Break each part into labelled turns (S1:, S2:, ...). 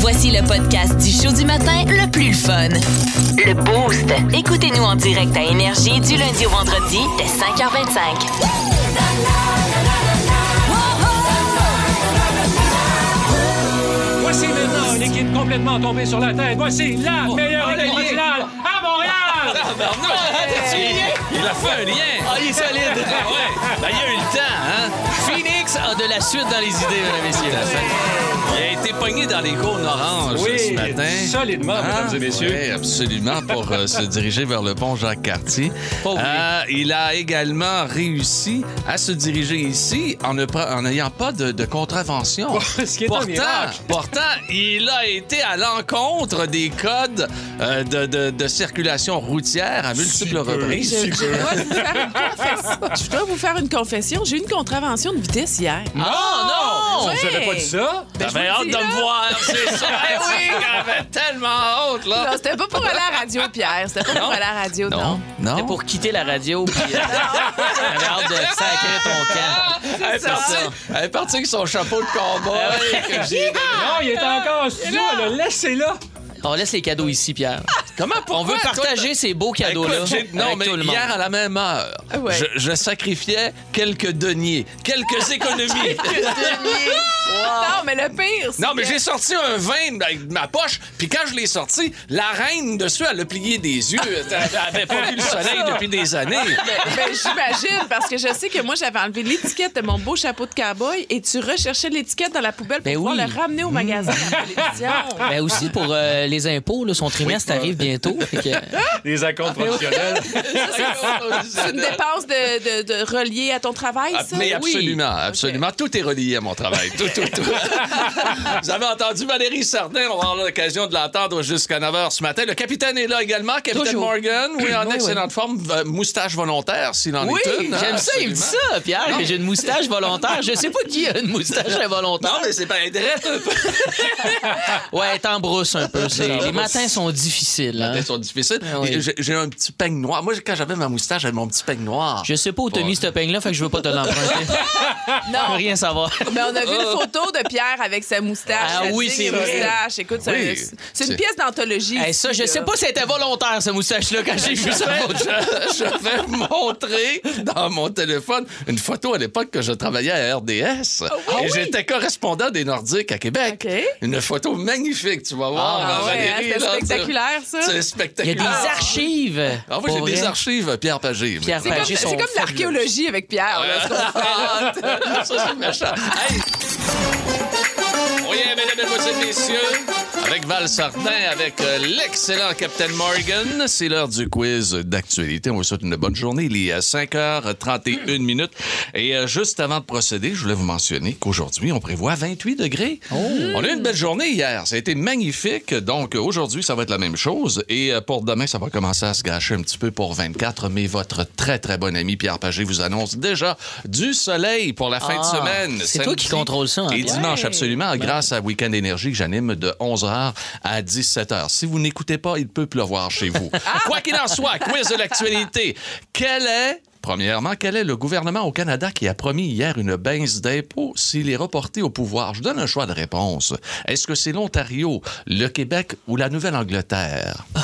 S1: Voici le podcast du show du matin le plus le fun. Le Boost. Écoutez-nous en direct à Énergie du lundi au vendredi dès 5h25.
S2: Voici maintenant une équipe complètement tombée sur la tête. Voici la meilleure
S3: oh,
S2: équipe
S3: le lien.
S2: nationale à Montréal!
S3: Il a fait un lien. Ah, il est solide. Ah ouais. Ben, il a eu le temps, hein? Phoenix a de la suite dans les idées, mesdames et messieurs. la fin. Il a été pogné dans les cônes oranges
S2: Oui,
S3: ce matin.
S2: solidement, mesdames et messieurs.
S3: Oui, absolument, pour euh, se diriger vers le pont Jacques-Cartier. Euh,
S2: Pauvre lui.
S3: il a également réussi à se diriger ici en ne pre- en n'ayant pas de, de contravention.
S2: Ce qui est un
S3: pourtant,
S2: miracle.
S3: pourtant, il a été à l'encontre des codes euh, de, de- de circulation routière à multiples reprises.
S4: Je, je dois vous faire une confession. Je dois vous faire une confession. J'ai eu une contravention de vitesse hier.
S3: Ah non!
S4: Oui.
S2: J'avais pas dit ça.
S4: Ben, je vous
S3: J'avais
S4: le
S3: hâte
S4: dis,
S3: de
S4: là.
S3: me voir, c'est ça!
S4: Ben oui.
S3: J'avais tellement hâte,
S4: Non,
S3: là!
S4: c'était pas pour aller à la radio, Pierre. C'était pas pour aller à la radio, non.
S3: non.
S5: C'était pour quitter la radio, puis euh, t'avais hâte de sacrer ton camp. Ah
S3: Elle est partie- elle est partie avec son chapeau de cowboy. Ah que j'ai-
S2: Non, il est encore sous, là. Laissez-la.
S5: On laisse les cadeaux ici, Pierre.
S3: Comment
S5: On veut
S3: pourquoi, toi,
S5: partager ces beaux cadeaux-là
S3: Écoute, j'ai-
S5: avec
S3: non, mais
S5: tout le monde.
S3: hier, à la même heure,
S4: Ah ouais.
S3: je, je sacrifiais quelques deniers, quelques économies.
S4: Non, mais le pire, c'est
S3: non, mais
S4: que-
S3: j'ai sorti un vin avec ma poche, puis quand je l'ai sorti, la reine dessus, elle a plié des yeux. Elle avait pas vu le soleil depuis des années.
S4: Ben, j'imagine, parce que je sais que moi, j'avais enlevé l'étiquette de mon beau chapeau de cowboy et tu recherchais l'étiquette dans la poubelle pour
S5: Ben
S4: pouvoir
S5: oui.
S4: le ramener au magasin à la télévision.
S5: Ben aussi pour euh, les impôts, là, son trimestre arrive bientôt. fait
S3: Hein?
S5: que-
S2: Les accords professionnels.
S4: C'est une dépense de, de, de reliée à ton travail,
S3: Ah,
S4: ça?
S3: Mais
S4: Oui.
S3: absolument, absolument. Tout est relié à mon travail. Tout, tout, tout. Vous avez entendu Valérie Sardin. On va avoir l'occasion de l'entendre jusqu'à 9 h ce matin. Le capitaine est là également. Capitaine
S5: Toujours.
S3: Morgan. Oui, en
S5: Oui,
S3: excellente forme. Euh, Moustache volontaire, s'il en
S5: Oui,
S3: est une. hein,
S5: j'aime ça, il me dit
S3: absolument.
S5: ça, Pierre, que j'ai une moustache volontaire. Je sais pas qui a une moustache involontaire.
S3: Non, mais c'est pas un peu.
S5: Ouais, t'embrousses un peu. c'est- Les matins sont difficiles. hein.
S3: Elles sont difficiles.
S5: Ah oui.
S3: Et j'ai- J'ai un petit peigne noir. Moi, quand j'avais ma moustache, j'avais mon petit peigne noir.
S5: Je sais pas où t'as mis ce peigne-là, fait que je veux pas te l'emprunter. Je veux
S4: Non,
S5: rien savoir. Oh.
S4: Mais
S3: Ben,
S4: on a vu une photo de Pierre avec sa moustache.
S5: Ah
S4: la
S5: oui,
S4: digne
S5: c'est vrai.
S4: moustache. Écoute, c'est
S3: Oui.
S4: un- c'est
S3: C'est-
S4: une pièce d'anthologie.
S5: Hey, ça, je
S4: ici,
S5: sais
S4: là.
S5: pas si c'était volontaire, ce moustache-là, quand j'ai vu ça.
S3: je, je vais montrer dans mon téléphone une photo à l'époque que je travaillais à RDS.
S5: Ah
S3: et j'étais correspondant des Nordiques à Québec.
S4: OK.
S3: Une photo magnifique, tu vas voir.
S5: Ah,
S3: hein,
S4: ouais, hein,
S3: Valérie,
S4: c'est
S3: là,
S4: spectaculaire,
S3: tu-
S4: ça.
S3: C'est
S5: Il y a
S3: spectaculaire.
S5: des archives.
S3: Ah oui,
S5: pour
S3: j'ai
S5: vrai.
S3: des archives, Pierre Pagé.
S5: Pierre
S4: C'est comme,
S5: Pagé sont
S4: c'est comme l'archéologie avec Pierre. là, ce qu'on fait.
S3: Ah, ça, c'est méchant. Hey! Oui, mesdames, mesdemoiselles, messieurs, avec Val Sartin, avec euh, l'excellent Captain Morgan, c'est l'heure du quiz d'actualité. On vous souhaite une bonne journée. Il est euh, à 5h31 minutes. Et euh, juste avant de procéder, je voulais vous mentionner qu'aujourd'hui, on prévoit 28 degrés. On a eu une belle journée hier. Ça a été magnifique. Donc, euh, aujourd'hui, ça va être la même chose. Et euh, pour demain, ça va commencer à se gâcher un petit peu pour 24. Mais votre très, très bon ami Pierre Pagé vous annonce déjà du soleil pour la fin de
S5: Ah,
S3: semaine.
S5: c'est toi qui contrôle ça, hein,
S3: Et
S5: Pierre?
S3: dimanche, absolument, grâce à Weekend Énergie que j'anime de 11h à 17h. Si vous n'écoutez pas, il peut pleuvoir chez vous.
S5: Ah.
S3: Quoi qu'il en soit, quiz de l'actualité. Quel est... Premièrement, quel est le gouvernement au Canada qui a promis hier une baisse d'impôts s'il est reporté au pouvoir? Je donne un choix de réponse. Est-ce que c'est l'Ontario, le Québec ou la Nouvelle-Angleterre?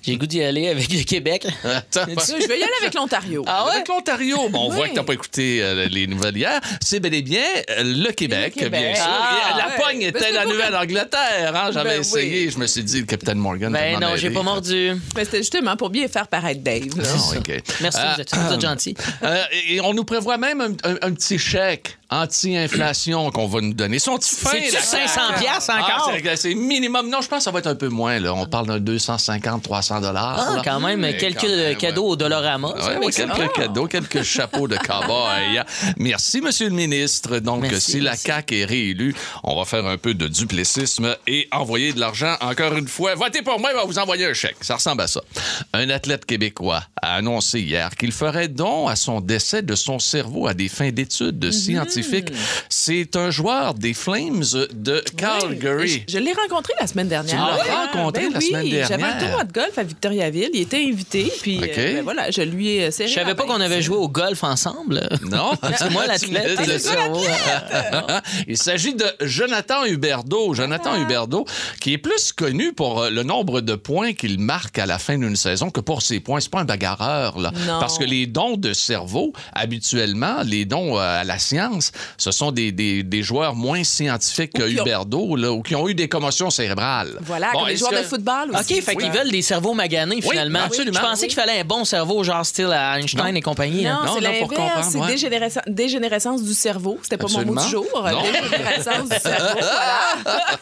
S5: J'ai le goût d'y aller avec le Québec.
S3: Attends.
S4: Je vais y aller avec l'Ontario.
S5: Ah ouais?
S3: Avec l'Ontario. Bon, on
S4: Oui.
S3: voit que t'as pas écouté euh, les nouvelles hier. C'est bel et bien euh, le Québec,
S5: Québec.
S3: bien sûr.
S5: Ah,
S3: Et euh, la
S4: ouais.
S3: pogne
S4: Mais
S3: était
S4: c'est
S3: la
S4: pas-
S3: Nouvelle-Angleterre. hein. J'avais
S4: Ben
S3: essayé.
S4: oui.
S3: Je me suis dit, le Capitaine Morgan.
S5: Ben
S3: va m'en
S5: non, j'ai
S3: aider.
S5: pas mordu.
S4: Mais Ben, c'était justement pour bien faire paraître Dave. là.
S3: Non, OK.
S5: Merci,
S3: Euh,
S5: vous êtes, vous êtes gentil.
S3: euh, et et on nous prévoit même un, un- un petit chèque anti-inflation qu'on va nous donner. Sont-ils fins,
S5: C'est-tu
S3: la
S5: 500
S3: claque?
S5: piastres
S3: Ah,
S5: encore?
S3: c'est- c'est minimum. Non, je pense que ça va être un peu moins. Là. On parle d'un 250, 300 dollars.
S5: Ah,
S3: là.
S5: quand même,
S3: Mais
S5: quelques
S3: quand même,
S5: cadeaux
S3: ouais.
S5: au Dollarama.
S3: Ouais,
S5: ça,
S3: ouais,
S5: avec ça.
S3: quelques cadeaux, quelques chapeaux de cowboy. Merci, Monsieur le ministre. Donc,
S5: Merci,
S3: si la
S5: merci.
S3: CAQ est réélue, on va faire un peu de duplessisme et envoyer de l'argent encore une fois. Votez pour moi, on va vous envoyer un chèque. Ça ressemble à ça. Un athlète québécois a annoncé hier qu'il ferait don à son décès de son cerveau à des fins d'études
S5: Mm-hmm.
S3: scientifiques. C'est un joueur des Flames de Calgary.
S4: Je, je l'ai rencontré la semaine dernière. Ah Ben
S3: Tu l'as rencontré la semaine
S4: oui, J'avais un
S3: dernière.
S4: tournoi de golf à Victoriaville. Il était invité. Puis
S3: OK.
S4: euh, ben voilà, je lui ai serré.
S5: Je savais
S4: la
S5: pas
S4: main.
S5: qu'on avait joué au golf ensemble.
S3: Ah, ben, Non,
S5: Ah, C'est moi
S3: Ah, tu me
S5: l'athlète.
S3: laisses
S5: et le
S3: ça.
S5: cerveau.
S3: Il s'agit de Jonathan Huberdeau. Jonathan
S4: Ah.
S3: Huberdeau, qui est plus connu pour euh, le nombre de points qu'il marque à la fin d'une saison que pour ses points. C'est pas un bagarreur, là.
S4: Non.
S3: Parce que les dons de cerveau, habituellement, les dons euh, à la science, ce sont des, des- des joueurs moins scientifiques que
S4: qui ont-
S3: Huberdeau, là, ou qui ont eu des commotions cérébrales.
S4: Voilà,
S3: Bon,
S4: comme les
S3: est-ce
S4: joueurs
S3: que-
S4: de football aussi.
S5: OK, fait qu'ils veulent des cerveaux maganés, finalement.
S3: absolument.
S5: Je pensais
S3: Oui.
S5: qu'il fallait un bon cerveau, genre style à Einstein et compagnie. là.
S4: Non,
S3: Non,
S4: c'est
S3: non, pour
S4: l'inverse.
S3: comprendre,
S4: C'est
S3: ouais.
S4: dégénérescence, dégénérescence du cerveau. C'était pas mon mot du
S3: Absolument.
S4: jour.
S3: Non.
S4: Dégénérescence du cerveau.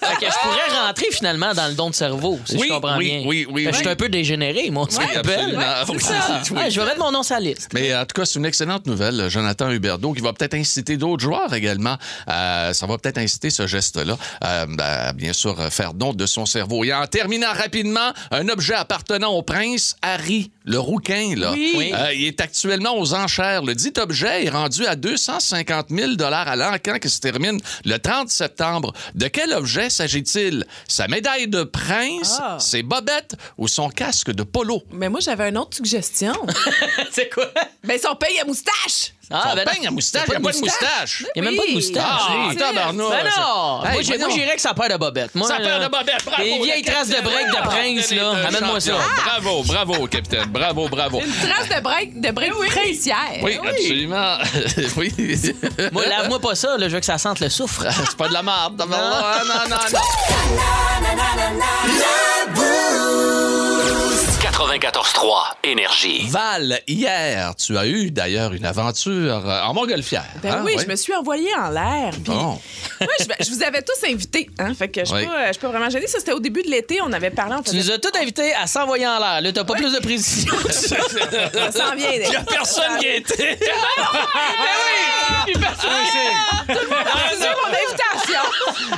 S5: Fait que je pourrais rentrer, finalement, dans le don de cerveau, si
S3: Oui,
S5: je comprends
S3: oui,
S5: bien.
S3: oui, oui,
S5: Fait que Je suis
S3: oui.
S5: un peu dégénéré, mon cerveau.
S3: absolument.
S5: Ouais,
S3: Oui,
S5: c'est ça.
S3: oui.
S5: Ouais, Ah, je vais mettre mon nom sur la liste.
S3: Mais en tout cas, c'est une excellente nouvelle, euh, Jonathan Huberdeau, qui va peut-être inciter d'autres joueurs également. euh, ça va peut-être inciter ce geste-là, euh, à, bien sûr, euh, faire don de son cerveau. Et en terminant rapidement, un objet appartenant au prince Harry, le rouquin, là.
S5: Oui.
S3: Euh, il est actuellement aux enchères. Le dit objet est rendu à 250 000 à l'encan qui se termine le 30 septembre. De quel objet s'agit-il? Sa médaille de prince,
S4: Ah.
S3: ses bobettes ou son casque de polo?
S4: Mais moi, j'avais une autre suggestion.
S5: C'est quoi?
S4: ben, son paye à moustache! Ben
S5: Ah,
S3: son
S5: ben non.
S3: peigne à moustache,
S5: Y
S3: il n'y a pas de moustache.
S5: Il n'y a même pas de
S4: Oui.
S5: moustache.
S3: Ah,
S5: lui.
S3: tabarnouche.
S5: Ben non!
S3: Hey,
S5: moi, j'ai-
S3: voyons.
S5: moi, j'irais que ça perd de bobette. Moi,
S3: Ça perd
S5: là,
S3: de bobette, bravo!
S5: Des vieilles
S3: le
S5: traces de
S3: capitaine. Ah,
S5: break de prince,
S3: Capitaine est
S5: là.
S3: un
S5: Amène-moi ça.
S3: champion. Ah! Bravo, bravo, capitaine. Bravo, bravo.
S4: Une trace de break, de break princière.
S3: Oui, absolument. oui.
S5: Moi, lave-moi pas ça, là. Je veux que ça sente le soufre.
S3: C'est pas de la marde. Non, non, non, non.
S6: 94.3 Énergie.
S3: Val, hier, tu as eu d'ailleurs une aventure euh, en montgolfière.
S4: Ben
S5: Ah,
S3: hein,
S4: oui,
S3: ouais.
S4: je me suis envoyée en l'air. puis-
S3: Bon.
S4: Moi, je, je vous avais tous invités. Hein, fait que je
S3: Oui.
S4: peux, euh, je peux vraiment gêner. Ça, c'était au début de l'été. On avait parlé, on
S5: Tu nous
S4: faisait
S5: as tous invités à s'envoyer en l'air. Là, t'as pas plus de précision.
S4: ça s'en vient. Il n'y a personne qui est. Ah,
S3: Ah,
S4: C'est mon invitation.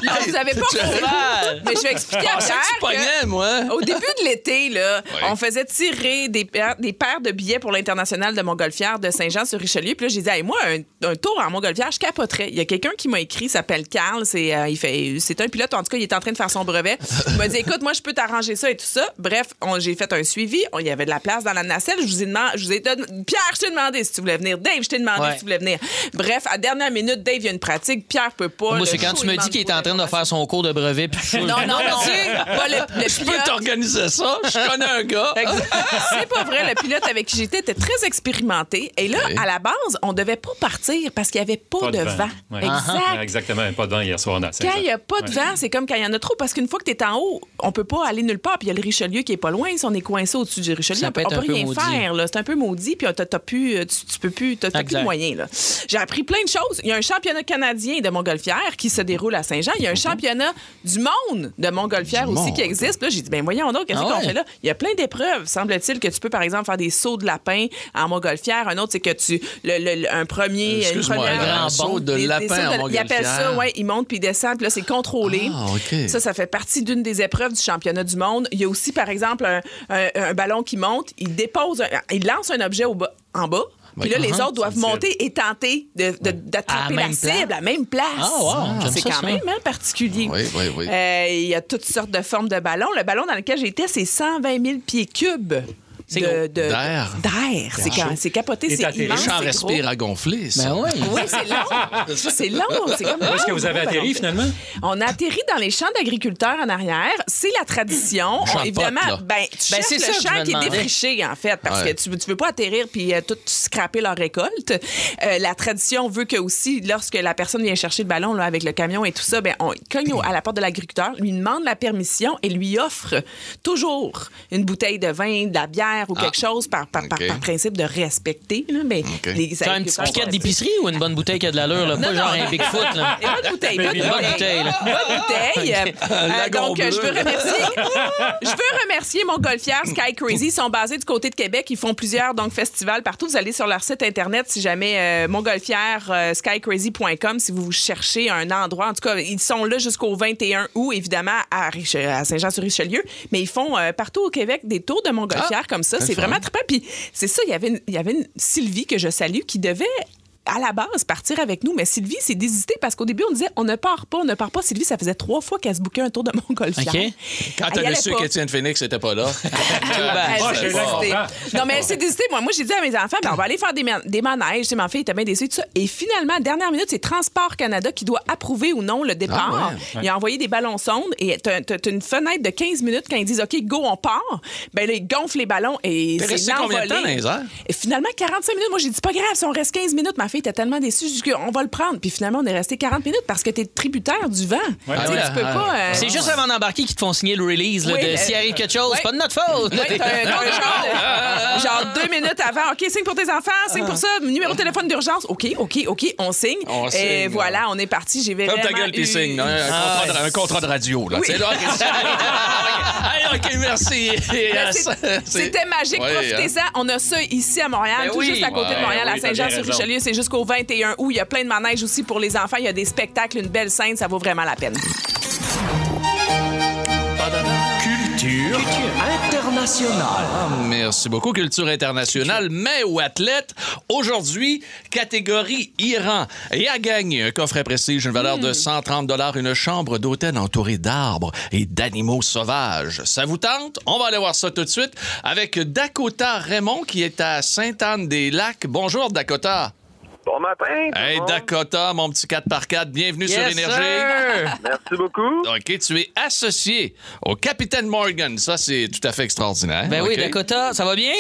S4: Là, vous avez pas reçu.
S5: Val.
S4: Mais je vais expliquer à
S3: Ah, ça, tu
S4: Pierre que-
S3: pognais, moi.
S4: Au début de l'été, là,
S3: Oui.
S4: on faisait tirer des, pa- des paires de billets pour l'international de Montgolfière de Saint-Jean-sur-Richelieu. Puis là, j'ai dit, Hey, moi, un, un tour en Montgolfière, je capoterais. Il y a quelqu'un qui m'a écrit, il s'appelle Carl. C'est, euh, il fait, c'est un pilote, en tout cas, il est en train de faire son brevet. Il m'a dit, écoute, moi, je peux t'arranger ça et tout ça. Bref, on- j'ai fait un suivi. On- Il y avait de la place dans la nacelle. Je vous ai demandé, je vous ai don- Pierre, je t'ai demandé si tu voulais venir. Dave, je t'ai demandé
S5: Ouais.
S4: si tu voulais venir. Bref, à dernière minute, Dave, il y a une pratique. Pierre peut pas.
S5: Moi,
S4: Le
S5: c'est quand
S4: show,
S5: tu
S4: il
S5: me
S4: demande
S5: dis qu'il est en
S4: beaucoup
S5: train de faire son cours de brevet. Puis je suis-
S4: Non, non, non. Pas le, le
S3: Je peux
S4: pilote.
S3: t'organiser ça. Je connais un gars.
S4: C'est pas vrai. Le pilote avec qui j'étais était très expérimenté. Et là,
S3: Oui.
S4: à la base, on devait pas partir parce qu'il y avait pas,
S2: Pas
S4: de, Ah,
S2: de
S4: vent.
S2: vent. Ouais.
S4: Exact.
S2: Exactement, pas de vent hier soir on a
S4: Quand il n'y a pas de vent, c'est comme quand il y en a trop. Parce qu'une fois que tu es en haut, on peut pas aller nulle part. Puis il y a le Richelieu qui est pas loin. Si on est coincé au-dessus du Richelieu,
S5: Ça
S4: on
S5: peut
S4: peut,
S5: être
S4: on peut
S5: un peu
S4: rien
S5: maudit.
S4: faire. là. C'est un peu maudit. Puis t'as- t'as plus, euh, tu, tu peux plus, t'as t'as plus
S5: Exact.
S4: de moyens. là. J'ai appris plein de choses. Il y a un championnat canadien de montgolfière qui se déroule à Saint-Jean. Il y a un
S5: Mhm.
S4: championnat du monde de montgolfière
S3: Du
S4: aussi
S3: monde.
S4: qui existe. Puis Là, j'ai dit, ben voyons donc, qu'est-ce
S5: Ah
S4: qu'on
S5: ouais?
S4: fait là? Il y a plein d'épreuves. Semble-t-il que tu peux, par exemple, faire des sauts de lapin en montgolfière. Un autre, c'est que tu. le- le- le- un premier. une
S3: Excuse-moi,
S4: première-
S3: un grand
S4: des-
S3: saut de
S4: des- des
S3: lapin
S4: sauts
S3: en
S4: de- Ils appellent ça,
S3: montgolfière.
S4: ouais, ils montent puis ils descendent. Puis là, c'est contrôlé.
S3: Ah, OK.
S4: Ça, ça fait partie d'une des épreuves du championnat du monde. Il y a aussi, par exemple, un, un- un ballon qui monte. Il dépose, un- il lance un objet au bas- en bas. Puis là,
S3: Oui.
S4: les
S3: Uh-huh.
S4: autres doivent monter et tenter de- de-
S5: À la
S4: d'attraper la,
S5: même
S4: cible
S5: place.
S4: à même place.
S5: Ah, wow, j'aime
S4: c'est
S5: ça,
S4: quand
S5: ça.
S4: même hein, particulier.
S3: Oui, oui, oui.
S4: Euh, Il y a toutes sortes de formes de ballons. Le ballon dans lequel j'étais, c'est 120 000 pieds cubes.
S5: C'est
S4: de-
S5: gros.
S4: de-
S3: D'air.
S4: D'air. C'est ca- C'est capoté,
S2: Et
S4: c'est
S2: atterri.
S4: immense.
S3: Les gens
S4: c'est gros.
S3: respirent à gonfler. ça.
S5: Ben oui.
S4: Oui, c'est long. C'est long. C'est comme
S2: Où est-ce que vous avez atterri finalement?
S4: on atterrit dans les champs d'agriculteurs en arrière. C'est la tradition.
S3: Champ
S4: On-
S3: de
S4: évidemment,
S3: potes, là.
S4: ben, tu
S5: Ben,
S4: cherches
S5: c'est
S4: le
S5: ça que je
S4: champ
S5: me
S4: qui est
S5: demandais.
S4: défriché, en fait, parce
S3: Ouais.
S4: que tu, tu veux pas atterrir puis euh, tout scraper leur récolte. Euh, la tradition veut que aussi, lorsque la personne vient chercher le ballon là, avec le camion et tout ça, ben, on cogne au- à la porte de l'agriculteur, lui demande la permission et lui offre toujours une bouteille de vin, de la bière ou quelque chose par, par, par-
S3: Ah. OK.
S4: par principe de respecter. Là, ben,
S3: OK.
S4: les
S5: Tu as un petit
S4: agriculteurs-
S5: piquet d'épicerie ou une bonne bouteille qui a de l'allure? là? Pas
S4: non,
S5: genre
S4: non.
S5: un Bigfoot. Là.
S4: Et pas de bouteille, pas de
S5: Une bonne bouteille. là.
S4: bouteille. Euh,
S3: Lagon
S4: donc, euh, je veux
S3: bleu.
S4: remercier, je veux remercier Montgolfière, Sky Crazy. Ils sont basés du côté de Québec. Ils font plusieurs donc, festivals partout. Vous allez sur leur site Internet si jamais euh, montgolfière, euh, skycrazy.com si vous cherchez un endroit. En tout cas, ils sont là jusqu'au 21 août, évidemment, à, Riche- à Saint-Jean-sur-Richelieu. Mais ils font euh, partout au Québec des tours de Montgolfière comme ça. C'est
S3: Ah! fun.
S4: vraiment trippant. Puis c'est ça, il y avait une- il y avait une Sylvie que je salue qui devait à la base partir avec nous. Mais Sylvie s'est désistée parce qu'au début, on disait on ne part pas, on ne part pas. Sylvie, ça faisait trois fois qu'elle se bouquait un tour de Montgolfière.
S5: OK.
S3: Quand
S4: Elle y
S3: t'as
S4: allait
S3: su
S4: pas.
S3: qu'Étienne Phoenix n'était pas là.
S4: Elle
S2: Ah,
S4: s'est
S2: je la
S4: désistée.
S2: comprends.
S4: Non, mais elle s'est désistée. Moi, moi j'ai dit à mes enfants, ben, on va aller faire des, man- des manèges. Tu sais, ma fille était bien déçue de ça. Et finalement, dernière minute, c'est Transport Canada qui doit approuver ou non le départ.
S3: Ah
S4: Il a envoyé des ballons sondes et t'as t'as- t'as une fenêtre de 15 minutes quand ils disent OK, go, on part. Ben là, ils gonflent les ballons et
S3: T'es
S4: c'est
S3: resté combien de temps dans
S4: l'envolée.
S3: les airs?
S4: Et finalement, 45 minutes. Moi, j'ai dit, pas grave, si on reste 15 minutes, ma fille était tellement déçue, j'ai dit, on va le prendre. Puis finalement, on est resté 40 minutes parce que t'es tributaire du vent. Tu sais,
S3: Ah ouais,
S4: tu peux
S3: ouais.
S4: pas. euh,
S5: C'est juste avant d'embarquer qu'ils te font signer le release là,
S4: Oui,
S5: de
S4: euh,
S5: s'il arrive quelque chose,
S4: ouais.
S5: c'est pas de notre faute.
S4: Ouais, t'as un- t'as un genre, de- genre deux minutes avant. OK, signe pour tes enfants, signe pour ça, numéro de téléphone d'urgence. OK, OK, OK, on signe.
S3: On
S4: et
S3: signe,
S4: voilà, on est parti. J'ai vraiment
S3: Ferme ta gueule
S4: eu-
S3: puis signe. là, Un,
S5: Ah,
S3: contrat de, un contrat de radio. Là.
S4: Oui.
S3: C'est là que- Hey, OK, merci.
S4: Mais
S3: Yes.
S4: c'est- C'était magique,
S3: Ouais, hein.
S4: profitez-en. On a ça ici à Montréal,
S5: Ben
S4: tout
S5: oui.
S4: juste à côté
S3: Ouais,
S4: de Montréal,
S2: oui,
S4: à Saint-Jean-sur-Richelieu. C'est jusqu'au 21 août. Il y a plein de manèges aussi pour les enfants. Il y a des spectacles, une belle scène. Ça vaut vraiment la peine.
S3: Ah, Merci beaucoup, Culture internationale. Mais ou athlète, aujourd'hui, catégorie Iran. Et à gagner un coffret prestige, une valeur
S5: Hmm.
S3: de 130 une chambre d'hôtel entourée d'arbres et d'animaux sauvages. Ça vous tente? On va aller voir ça tout de suite avec Dakota Raymond qui est à Sainte-Anne-des-Lacs. Bonjour, Dakota.
S7: Bon matin. tout
S3: Hey,
S7: le monde.
S3: Dakota, mon petit 4x4, bienvenue sur
S5: Yes,
S3: Énergie.
S5: sir.
S7: Merci beaucoup.
S3: OK, tu es associé au Capitaine Morgan. Ça, c'est tout à fait extraordinaire.
S5: Ben oui,
S3: OK.
S5: Dakota, ça va bien?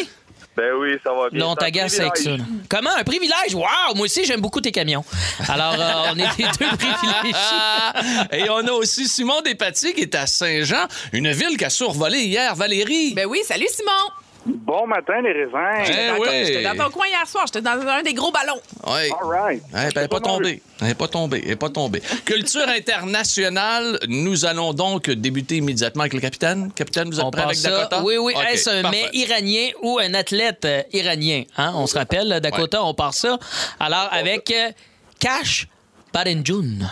S7: Ben oui, ça va bien.
S5: Non,
S7: C'est un
S5: t'agace avec ça.
S7: privilège.
S5: là. Comment? Un privilège? Wow! Moi aussi, j'aime beaucoup tes camions. Alors, euh, on est les deux privilégiés.
S3: Et on a aussi Simon Despatie qui est à Saint-Jean, une ville qu'a survolée hier, Valérie.
S4: Ben oui, salut Simon.
S8: Bon matin, les
S5: Ben
S8: raisins.
S3: Eh
S4: Dans-
S3: oui.
S4: J'étais dans ton coin hier soir. J'étais dans un des gros ballons.
S3: Ouais.
S8: All right.
S3: Ouais, ben, elle n'est pas tombée. Elle n'est pas tombée. Elle est pas tombée. Culture internationale, nous allons donc débuter immédiatement avec le capitaine. Capitaine, vous êtes
S5: On
S3: prêt avec
S5: passe ça.
S3: Dakota?
S5: Oui, oui.
S3: OK,
S5: Est-ce un
S3: parfait.
S5: mets iranien ou un athlète euh, iranien? hein? On se rappelle, euh, Dakota, on part ça. Alors, avec euh, Cash Barenjoun.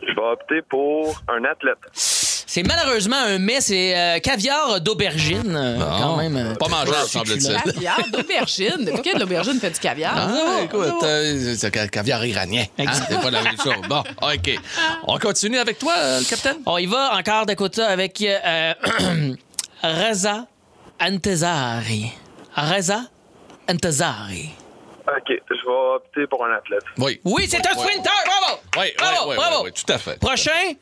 S7: Je vais opter pour un athlète.
S5: C'est malheureusement un mets, c'est euh, caviar d'aubergine. euh,
S3: Bon.
S5: Quand même. euh,
S3: Pas mangeable,
S5: succulent.
S3: semble-t-il.
S4: Caviar d'aubergine. Depuis quand l'aubergine fait du caviar?
S3: Ah, écoute, euh, c'est ca- caviar iranien. hein,
S5: Exact.
S3: C'est pas la même chose. Bon, OK. On continue avec toi, euh, le capitaine?
S5: On y va encore Dakota avec euh, Reza Antezari. Reza Antezari.
S7: OK, je vais opter pour un athlète.
S3: Oui.
S5: Oui, c'est un
S3: Ouais.
S5: sprinter! Bravo!
S3: Oui, oui,
S5: bravo,
S3: oui,
S5: bravo.
S3: oui, oui, tout à fait.
S5: Prochain,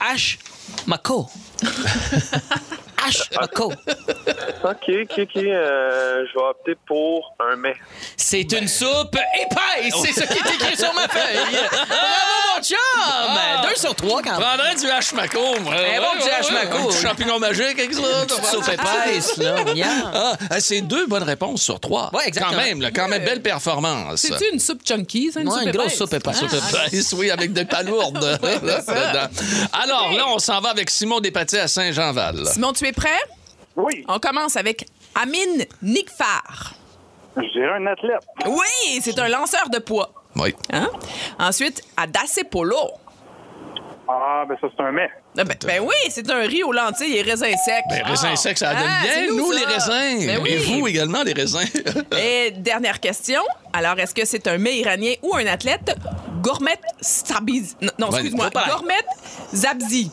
S5: H. Mako. H.
S3: Ah,
S7: OK,
S5: Mako.
S7: OK, OK. euh, je vais opter pour un mets.
S5: C'est une soupe épaisse! C'est ce qui est écrit sur ma feuille! Bravo, mon chum! Deux sur trois, quand même.
S3: Prendrais Ah. du hachmaco, moi.
S5: Eh, bon, du hachmaco.
S3: Un petit champignon magique avec ça.
S5: Petite soupe épaisse, là. miam.
S3: Ah, eh, c'est deux bonnes réponses sur trois.
S5: Ouais, exactement.
S3: Quand même, là, quand même, belle performance.
S4: C'est-tu une soupe chunky, ça? Une,
S5: Ouais,
S4: soupe
S5: une
S4: épaisse?
S5: grosse
S4: Ah.
S5: soupe épaisse. Ah.
S3: Soupe épaisse, oui, avec des palourdes. Dedans. Alors, là, on s'en va avec Simon Despatie à Saint-Jean-Val.
S4: Simon, tu es prêt?
S8: Oui,
S4: On commence avec Amine Nikfar.
S8: j'ai un athlète.
S4: Oui, c'est un lanceur de poids.
S3: Oui.
S4: Hein? Ensuite, Adace Polo.
S8: Ah, ben ça, c'est un mets.
S4: Ah, Ben, ben oui, c'est un riz aux lentilles et raisins secs.
S3: Ben, raisins secs, ça donne
S4: Ah,
S3: bien,
S4: c'est
S3: nous,
S4: nous, ça.
S3: les raisins.
S4: Ben oui.
S3: Et vous également, les raisins.
S5: Eh
S4: Et dernière question. Alors, est-ce que c'est un mets iranien ou un athlète? Gourmet Sabiz. Non, non,
S3: Ouais,
S4: excuse-moi.
S3: pas pareil.
S4: Gourmet Zabzi.